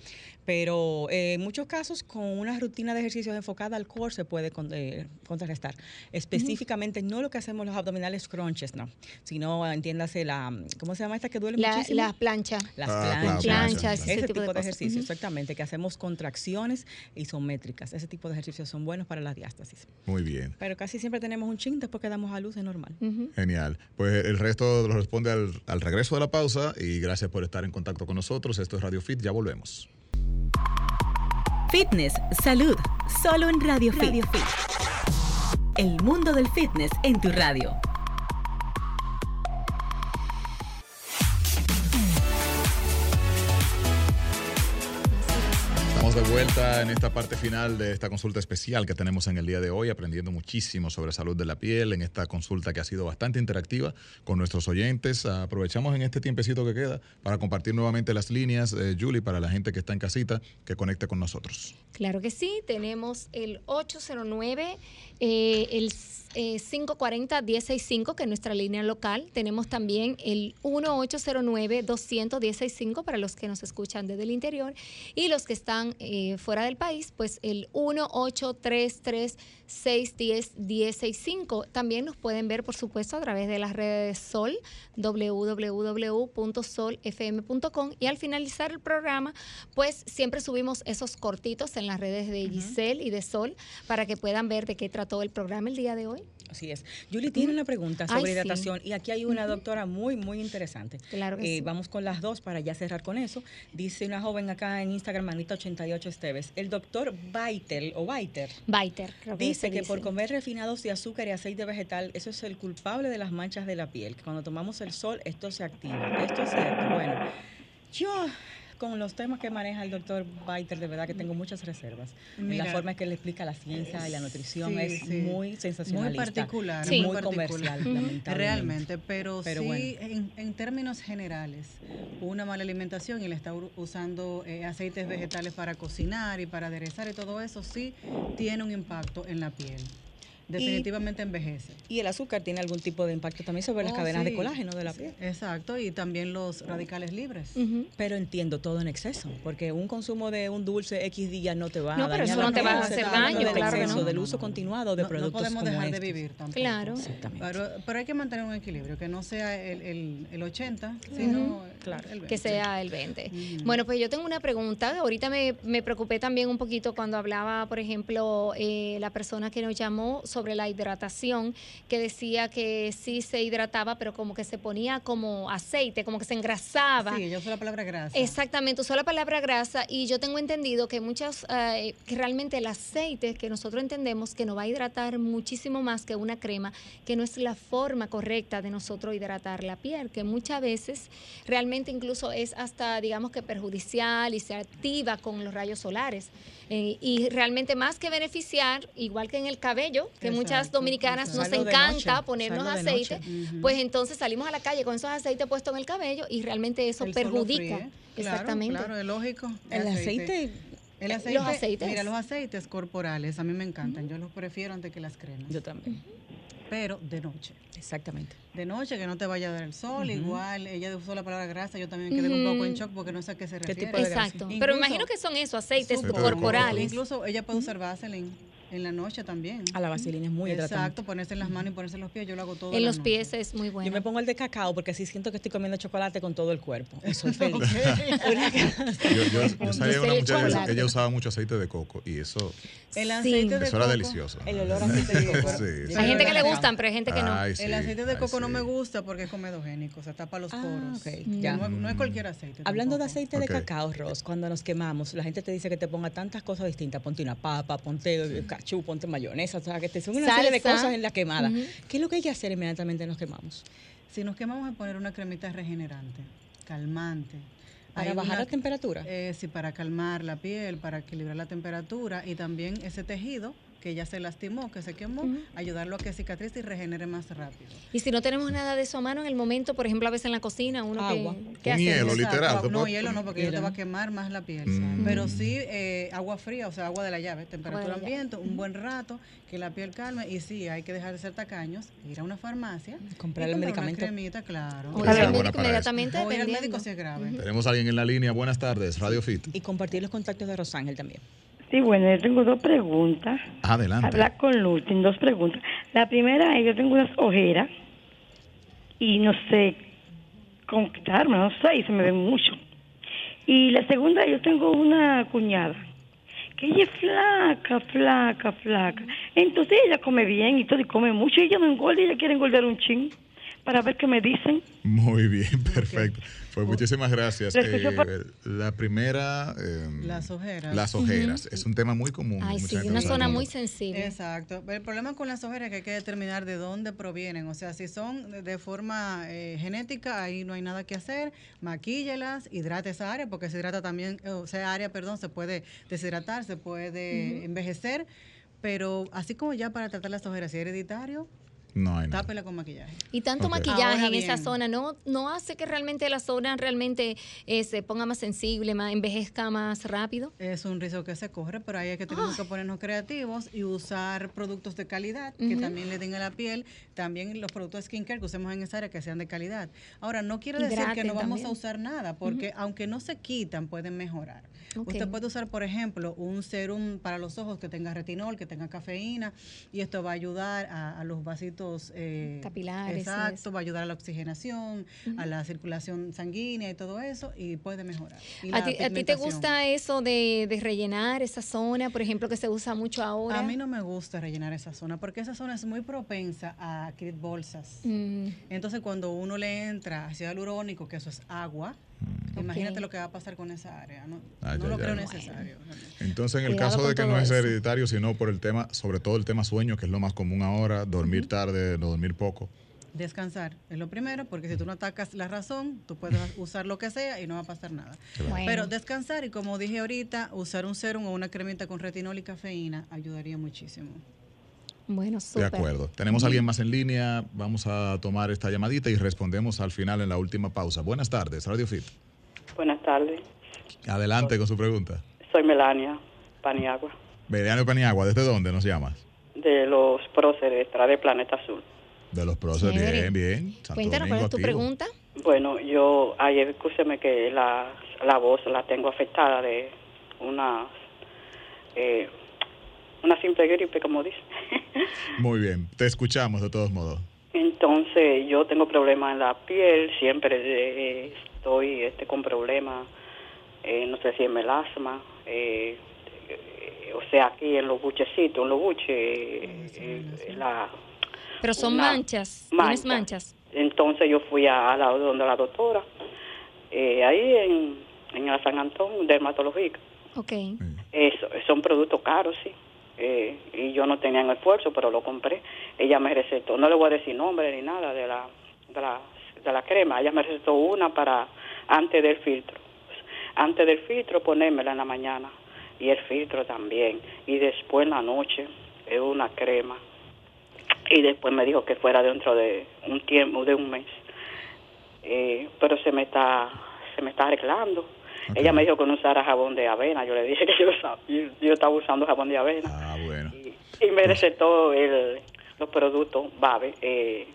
B: Pero eh, en muchos casos, con una rutina de ejercicios enfocada al core se puede con- eh, contrarrestar. Específicamente, no lo que hacemos los abdominales crunches, no, sino ah, entiéndase la, ¿cómo se llama esta que duele
C: La,
B: muchísimo?
C: la plancha.
B: las
A: Ah, claro,
B: planchas,
C: planchas,
B: ese, tipo, de,
C: cosas.
B: ejercicios,
C: Ujú.
B: exactamente, que hacemos contracciones isométricas. Ese tipo de ejercicios son buenos para la diástasis.
A: Muy bien.
B: Pero casi siempre tenemos un chin después que damos a luz, es normal.
C: Ujú.
A: Genial. Pues el resto lo responde al, al regreso de la pausa y gracias por estar en contacto con nosotros. Esto es Radio Fit, ya volvemos.
J: Fitness, salud, solo en Radio Fit. El mundo del fitness en tu radio.
A: Estamos de vuelta en esta parte final de esta consulta especial que tenemos en el día de hoy, aprendiendo muchísimo sobre salud de la piel en esta consulta que ha sido bastante interactiva con nuestros oyentes. Aprovechamos en este tiempecito que queda para compartir nuevamente las líneas, eh, Julie, para la gente que está en casita, que conecte con nosotros.
C: Claro que sí, tenemos el 809, eh, el eh, 540-165, que es nuestra línea local. Tenemos también el 1809-21065 para los que nos escuchan desde el interior y los que están eh, fuera del país, pues el 1-833-610-1065. También nos pueden ver, por supuesto, a través de las redes de Sol, www.solfm.com. Y al finalizar el programa, pues siempre subimos esos cortitos en las redes de Giselle y de Sol para que puedan ver de qué trató el programa el día de hoy.
B: Así es. Julie tiene una pregunta sobre
C: Ay, sí.
B: hidratación y aquí hay una
C: Ujú.
B: doctora muy, muy interesante.
C: Claro que
B: Eh,
C: sí.
B: Vamos con las dos para ya cerrar con eso. Dice una joven acá en Instagram, Anita88 Esteves, el doctor Baitel o Baiter.
C: Biter, creo que
B: Dice
C: se
B: que por
C: dice.
B: comer refinados de azúcar y aceite vegetal, eso es el culpable de las manchas de la piel. Que cuando tomamos el sol, esto se activa. Esto es cierto. Bueno, yo con los temas que maneja el doctor Baiter, de verdad que tengo muchas reservas. En la
D: Mira.
B: forma en que él explica la ciencia y la nutrición
D: Sí,
B: es
D: sí.
B: muy sensacionalista.
D: Muy particular,
B: muy,
D: muy particular.
B: comercial,
D: Ujú.
B: lamentablemente.
D: Realmente, pero,
B: Pero
D: sí,
B: bueno.
D: en, en términos generales, una mala alimentación y le está u- usando eh, aceites vegetales para cocinar y para aderezar y todo eso, sí tiene un impacto en la piel. Definitivamente envejece.
B: Y el azúcar tiene algún tipo de impacto también sobre pues las
D: Oh,
B: cadenas de
D: sí.
B: colágeno de la piel.
D: Exacto, y también los radicales libres.
B: Pero entiendo todo en exceso, porque un consumo de un dulce X día no te va
C: No,
B: a
C: pero eso
B: dañar la
C: no te va a
B: piel,
C: hacer
B: se está hablando
C: daño,
B: del
C: claro que
B: exceso,
C: no.
B: del
D: No, no,
B: uso
D: no, no.
B: continuado de
D: No- no
B: productos
D: podemos
B: como
D: dejar de
B: estos.
D: vivir tampoco.
C: Claro.
D: Pero, pero hay que mantener un equilibrio, que no sea el, el, el 80, sino el 20.
C: que sea el 20. Bueno, pues yo tengo una pregunta. Ahorita me, me preocupé también un poquito cuando hablaba, por ejemplo, eh, la persona que nos llamó sobre la hidratación, que decía que sí se hidrataba, pero como que se ponía como aceite, como que se engrasaba.
D: Sí, yo uso la palabra grasa.
C: Exactamente, usó la palabra grasa y yo tengo entendido que muchas, eh, que realmente el aceite que nosotros entendemos que nos va a hidratar muchísimo más que una crema, que no es la forma correcta de nosotros hidratar la piel, que muchas veces realmente incluso es hasta, digamos que perjudicial y se activa con los rayos solares. Eh, y realmente más que beneficiar, igual que en el cabello, que muchas
D: Exacto,
C: dominicanas nos
B: Usarlo de
C: encanta
B: noche,
C: ponernos
B: usarlo de
C: aceite,
D: noche. Ujú.
C: pues entonces salimos a la calle con esos aceites puestos en el cabello y realmente eso
D: El sol lo
C: perjudica.
D: fríe. Claro,
C: Exactamente.
D: Claro, es lógico.
B: El aceite,
D: El
C: Eh,
D: aceite,
C: los aceites.
D: Mira, los aceites corporales a mí me encantan. Yo los prefiero antes que las cremas.
B: yo también,
D: Pero de noche.
B: exactamente.
D: De noche, que no te vaya a dar el sol. Igual, ella usó la palabra grasa. Yo también
C: Ujú.
D: quedé un poco en shock porque no sé a qué se refiere.
B: tipo de grasa?
C: Exacto. Pero
D: Incluso-
C: me imagino que son esos aceites
D: Súper.
C: corporales.
D: Incluso ella puede usar Vaseline en la noche también.
B: A la vaselina es muy hidratante.
D: Exacto, ponerse en las manos y ponerse en los pies. Yo lo hago todo.
C: En
D: la
C: los
D: noche.
C: pies es muy
B: Yo me
C: bueno.
B: pongo el de cacao porque así siento que estoy comiendo chocolate con todo el cuerpo. Y soy feliz.
A: Yo, yo- yo sabía de
C: Dice
A: una muchacha
C: el
A: que-
C: chocolate.
A: que ella usaba mucho aceite de coco y eso,
D: El
C: Sí.
D: aceite de
A: eso era
D: coco-
A: delicioso.
B: El olor a aceite de coco.
A: Sí, sí.
C: Hay gente que le
D: Pero-
C: gustan, pero hay gente que no.
A: Ay, sí,
D: El aceite de
A: ay,
D: coco no
A: sí.
D: me gusta porque es comedogénico, o sea, tapa los
B: Ah,
D: poros.
B: ok,
D: No
B: ya.
D: es- No,
A: Mm.
D: es cualquier aceite.
B: Hablando de
D: tampoco.
B: aceite
A: Ok.
B: de cacao, Ross, cuando nos quemamos, la gente te dice que te ponga tantas cosas distintas. Ponte una papa, ponte eh, cachú, ponte mayonesa, o sea, que te son una serie de
C: Salsa.
B: cosas en la quemada.
C: Ujú.
B: ¿Qué es lo que hay que hacer inmediatamente nos quemamos?
D: Si nos quemamos a poner una cremita regenerante, calmante.
B: ¿Para
D: Hay
B: bajar
D: una-
B: la temperatura?
D: Eh, sí, para calmar la piel, para equilibrar la temperatura y también ese tejido que ya se lastimó, que se quemó, ayudarlo a que cicatrice y regenere más rápido.
C: Y si no tenemos nada de eso a mano en el momento, por ejemplo, a veces en la cocina, uno que-
B: Agua.
C: ¿qué
A: Un
C: hace?
A: hielo,
D: Exacto,
A: literal,
D: agua-
A: te
D: No,
A: puedes-
D: hielo no, porque hielo te
B: Hielo.
D: va a quemar más la piel.
A: Mm.
D: Pero sí eh, agua fría, o sea, agua de la llave, temperatura
C: llave.
D: ambiente, un buen rato, que la piel calme. Y sí, hay que dejar de ser tacaños, ir a una farmacia. y
B: Comprar el medicamento.
D: Una cremita, claro.
C: O
A: Esa
C: ir al
A: es buena
C: médico
A: para eso.
C: inmediatamente
D: O ir al
C: dependiendo.
D: médico si es grave.
A: Tenemos a alguien en la línea. Buenas tardes, Radio Fit.
B: Y compartir los contactos de Rosángel también.
K: Sí, bueno, yo tengo dos preguntas.
A: Adelante.
K: Hablar con Luz, tengo dos preguntas. La primera es, yo tengo unas ojeras y no sé cómo quitarme, no sé, y se me ven mucho. Y la segunda, yo tengo una cuñada que ella es flaca, flaca, flaca. Entonces ella come bien y todo, y come mucho, y ella no engorda y ella quiere engordar un chin para ver qué me dicen.
A: Muy bien, perfecto. Pues muchísimas gracias.
K: Pero es que yo
A: Eh, la primera... eh,
D: Las ojeras.
A: Las ojeras. Es un tema muy común.
C: Ay,
A: Mucha
C: sí,
A: gente
C: una
A: no sabe
C: zona
A: cómo-
C: muy sensible.
D: Exacto. El problema con las ojeras es que hay que determinar de dónde provienen. O sea, si son de- de forma eh, genética, ahí no hay nada que hacer. Maquíllelas, hidrate esa área, porque se hidrata también, eh, o sea, área, perdón, se puede deshidratar, se puede envejecer. Pero así como ya para tratar las ojeras, si es hereditario,
A: No hay nada.
D: Tápela con maquillaje.
C: Y tanto
A: Ok.
C: maquillaje
D: Ahora
C: en esa
D: bien.
C: zona no, no hace que realmente la zona realmente eh, se ponga más sensible, más envejezca más rápido.
D: Es un riesgo que se corre, pero ahí hay que tenemos
C: Ah.
D: que ponernos creativos y usar productos de calidad que
C: Ujú.
D: también le den a la piel. También los productos de skincare que usemos en esa área que sean de calidad. Ahora, no quiere decir que
C: Hidraten
D: no vamos
C: también.
D: a usar nada, porque aunque no se quitan, pueden mejorar.
C: Ok.
D: Usted puede usar, por ejemplo, un serum para los ojos que tenga retinol, que tenga cafeína, y esto va a ayudar a, a los vasitos eh,
C: Capilares y
D: Exacto,
C: eso.
D: va a ayudar a la oxigenación, a la circulación sanguínea y todo eso, y puede mejorar. Y
C: ¿A
D: la
C: ti, a ti te
D: pigmentación.
C: gusta eso de, de rellenar esa zona, por ejemplo, que se usa mucho ahora?
D: A mí no me gusta rellenar esa zona porque esa zona es muy propensa a adquirir bolsas.
C: Mm,
D: Entonces, cuando uno le entra ácido hialurónico, que eso es agua,
C: Mm. Ok. Ah,
D: imagínate lo que va a pasar con esa área. No,
A: Ay,
D: no
A: ay,
D: lo
A: ay.
D: creo
A: Bueno.
D: necesario.
A: Entonces, en el
C: Cuidado
A: caso de
C: con
A: que
C: todo
A: no es
C: eso.
A: hereditario, sino por el tema, sobre todo el tema sueño, que es lo más común ahora, dormir tarde, no dormir poco.
D: Descansar es lo primero, porque si tú no atacas la razón, tú puedes usar lo que sea y no va a pasar nada.
C: bueno.
D: Pero descansar, y como dije ahorita, usar un serum o una cremita con retinol y cafeína ayudaría muchísimo.
C: bueno, súper.
A: De acuerdo. Tenemos a alguien más en línea, vamos a tomar esta llamadita y respondemos al final en la última pausa. Buenas tardes, Radio Fit.
L: Buenas tardes,
A: Adelante con su pregunta.
L: soy Melania Paniagua,
A: Veriano Paniagua, ¿desde dónde nos llamas?
L: de los próceres de Planeta Azul.
A: De los próceres.
C: Chévere.
A: Bien, bien. Santo
C: Cuéntanos, ¿cuál
A: Domingo
C: es tu
A: activo.
C: pregunta?
L: Bueno, yo, ayer, escúcheme que la, la voz la tengo afectada de una, eh, una simple gripe, como dice.
A: Muy bien, te escuchamos de todos modos.
L: Entonces, yo tengo problemas en la piel, siempre eh, estoy este, con problemas, eh, no sé si es melasma, eh, eh, o sea, aquí en los buchecitos, en los buches, eh, eh, la...
C: Pero son
L: una-
C: manchas,
L: mancha.
C: tienes manchas.
L: Entonces yo fui a, a la, donde la doctora, eh, ahí en, en la San Antón, dermatológica.
C: Ok.
L: Eso, son productos caros, sí. Eh, y yo no tenía en el esfuerzo, pero lo compré. Ella me recetó, no le voy a decir nombre ni nada de la, de la, de la crema, ella me recetó una para antes del filtro. Antes del filtro ponérmela en la mañana y el filtro también. Y después en la noche es una crema. Y después me dijo que fuera dentro de un tiempo, de un mes. Eh, pero se me está se me está arreglando. Ella me dijo que no usara jabón de avena. Yo le dije que yo, usa- yo, yo estaba usando jabón de avena.
A: Ah, bueno.
L: Y me recetó el, los productos Babe eh,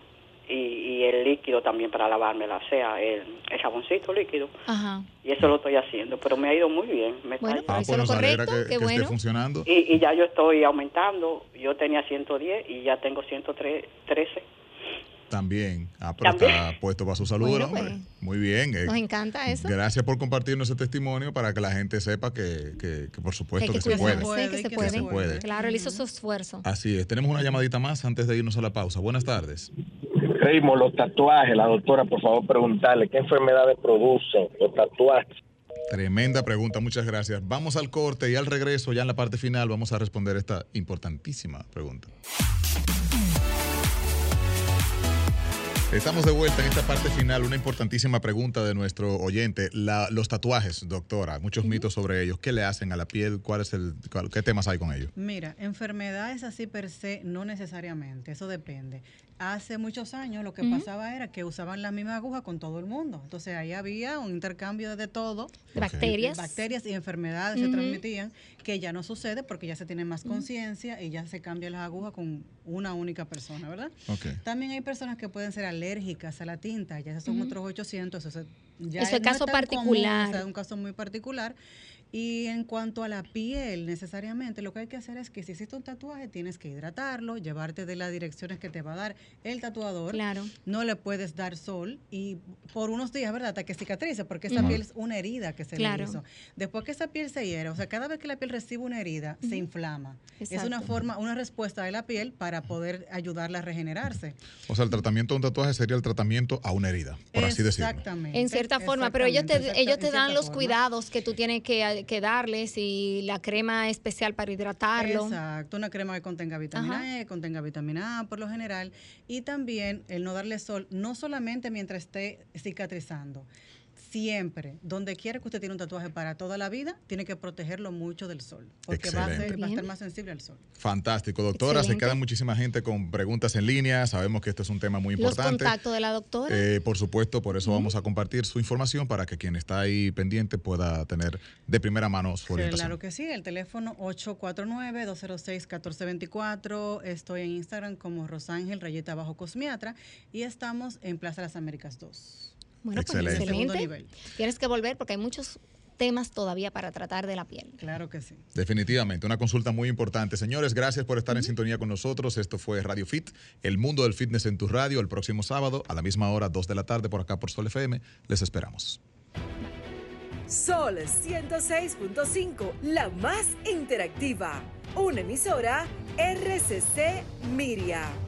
L: y, y el líquido también para lavármela, o sea, el, el jaboncito líquido.
C: Ajá.
L: Y eso lo estoy haciendo, pero me ha ido muy bien. Me está
C: Bueno,
L: yendo
A: Ah,
C: eso
A: pues nos
C: es lo
A: alegra
C: correcto,
A: que,
C: qué
A: que esté
C: bueno.
A: funcionando.
L: y, y ya yo estoy aumentando. Yo tenía 110 y ya tengo 113.
A: También. Ah, pero
L: También.
A: está puesto para su salud,
C: Bueno,
A: el hombre.
C: pues.
A: Muy bien. eh,
C: Nos encanta eso.
A: Gracias por compartirnos ese testimonio para que la gente sepa que, que- que por supuesto que, se puede.
C: sí, que se
A: que
C: puede.
A: se puede. Ah,
C: Claro, él hizo su esfuerzo.
A: Así es. Tenemos una llamadita más antes de irnos a la pausa. Buenas tardes.
H: Raymond, los tatuajes, la doctora, por favor, preguntarle qué enfermedades producen los tatuajes.
A: Tremenda pregunta, muchas gracias. Vamos al corte y al regreso, ya en la parte final, vamos a responder esta importantísima pregunta. Estamos de vuelta en esta parte final, una importantísima pregunta de nuestro oyente. La- los tatuajes, doctora, muchos mitos sobre ellos. ¿Qué le hacen a la piel? ¿Cuál es el, cuál- ¿Qué temas hay con ellos?
D: Mira, enfermedades así per se, no necesariamente, eso depende. Hace muchos años lo que
C: Ujú.
D: pasaba era que usaban la misma aguja con todo el mundo. Entonces ahí había un intercambio de todo.
C: De bacterias.
D: Bacterias y enfermedades se
C: Ujú.
D: transmitían, que ya no sucede porque ya se tiene más conciencia y ya se cambian las agujas con una única persona, ¿verdad? También hay personas que pueden ser alérgicas a la tinta, ya son
C: Ujú.
D: otros 800. O sea, ya
C: Eso es
D: no
C: caso
D: tan común,
C: particular.
D: o sea, es un caso muy particular. Y en cuanto a la piel, necesariamente lo que hay que hacer es que si hiciste un tatuaje, tienes que hidratarlo, llevarte de las direcciones que te va a dar el tatuador.
C: Claro.
D: No le puedes dar sol y por unos días, ¿verdad? Hasta que cicatrice, porque esa
C: Ujú.
D: piel es una herida que se
C: Claro.
D: le hizo. Después que esa piel se hiere, o sea, cada vez que la piel recibe una herida, se inflama. Es una
C: Exacto.
D: forma, una respuesta de la piel para poder ayudarla a regenerarse.
A: O sea, el tratamiento de un tatuaje sería el tratamiento a una herida, por así decirlo.
D: Exactamente.
C: En cierta forma, pero ellos te,
D: Exactamente,
C: ellos te
D: en cierta
C: dan los
D: forma.
C: cuidados que tú tienes que, que darles y la crema especial para hidratarlo.
D: Exacto, una crema que contenga vitamina E, contenga vitamina A por lo general. Y también el no darle sol, no solamente mientras esté cicatrizando. siempre, donde quiera que usted tiene un tatuaje para toda la vida, tiene que protegerlo mucho del sol, porque va a, ser-
A: Excelente.
D: va a estar más sensible al sol.
A: Fantástico, doctora. Se
D: Excelente.
A: queda muchísima gente con preguntas en línea. Sabemos que esto es un tema muy importante.
C: Los contactos de la doctora.
A: Eh, por supuesto, por eso vamos a compartir su información para que quien está ahí pendiente pueda tener de primera mano su orientación.
D: Claro que sí, el teléfono 849-206-1424. Estoy en Instagram como Rosángel Rayeta Bajo Cosmiatra y estamos en Plaza Las Américas 2.
C: Bueno,
A: Excelente.
C: pues
D: Segundo
C: excelente. Tienes que volver porque hay muchos temas todavía para tratar de la piel.
D: Claro que sí.
A: Definitivamente, una consulta muy importante. Señores, gracias por estar en sintonía con nosotros. Esto fue Radio Fit, el mundo del fitness en tu radio. El próximo sábado, a la misma hora, 2 de la tarde, por acá por Sol FM. Les esperamos.
M: Sol 106.5, la más interactiva. Una emisora RCC Miria.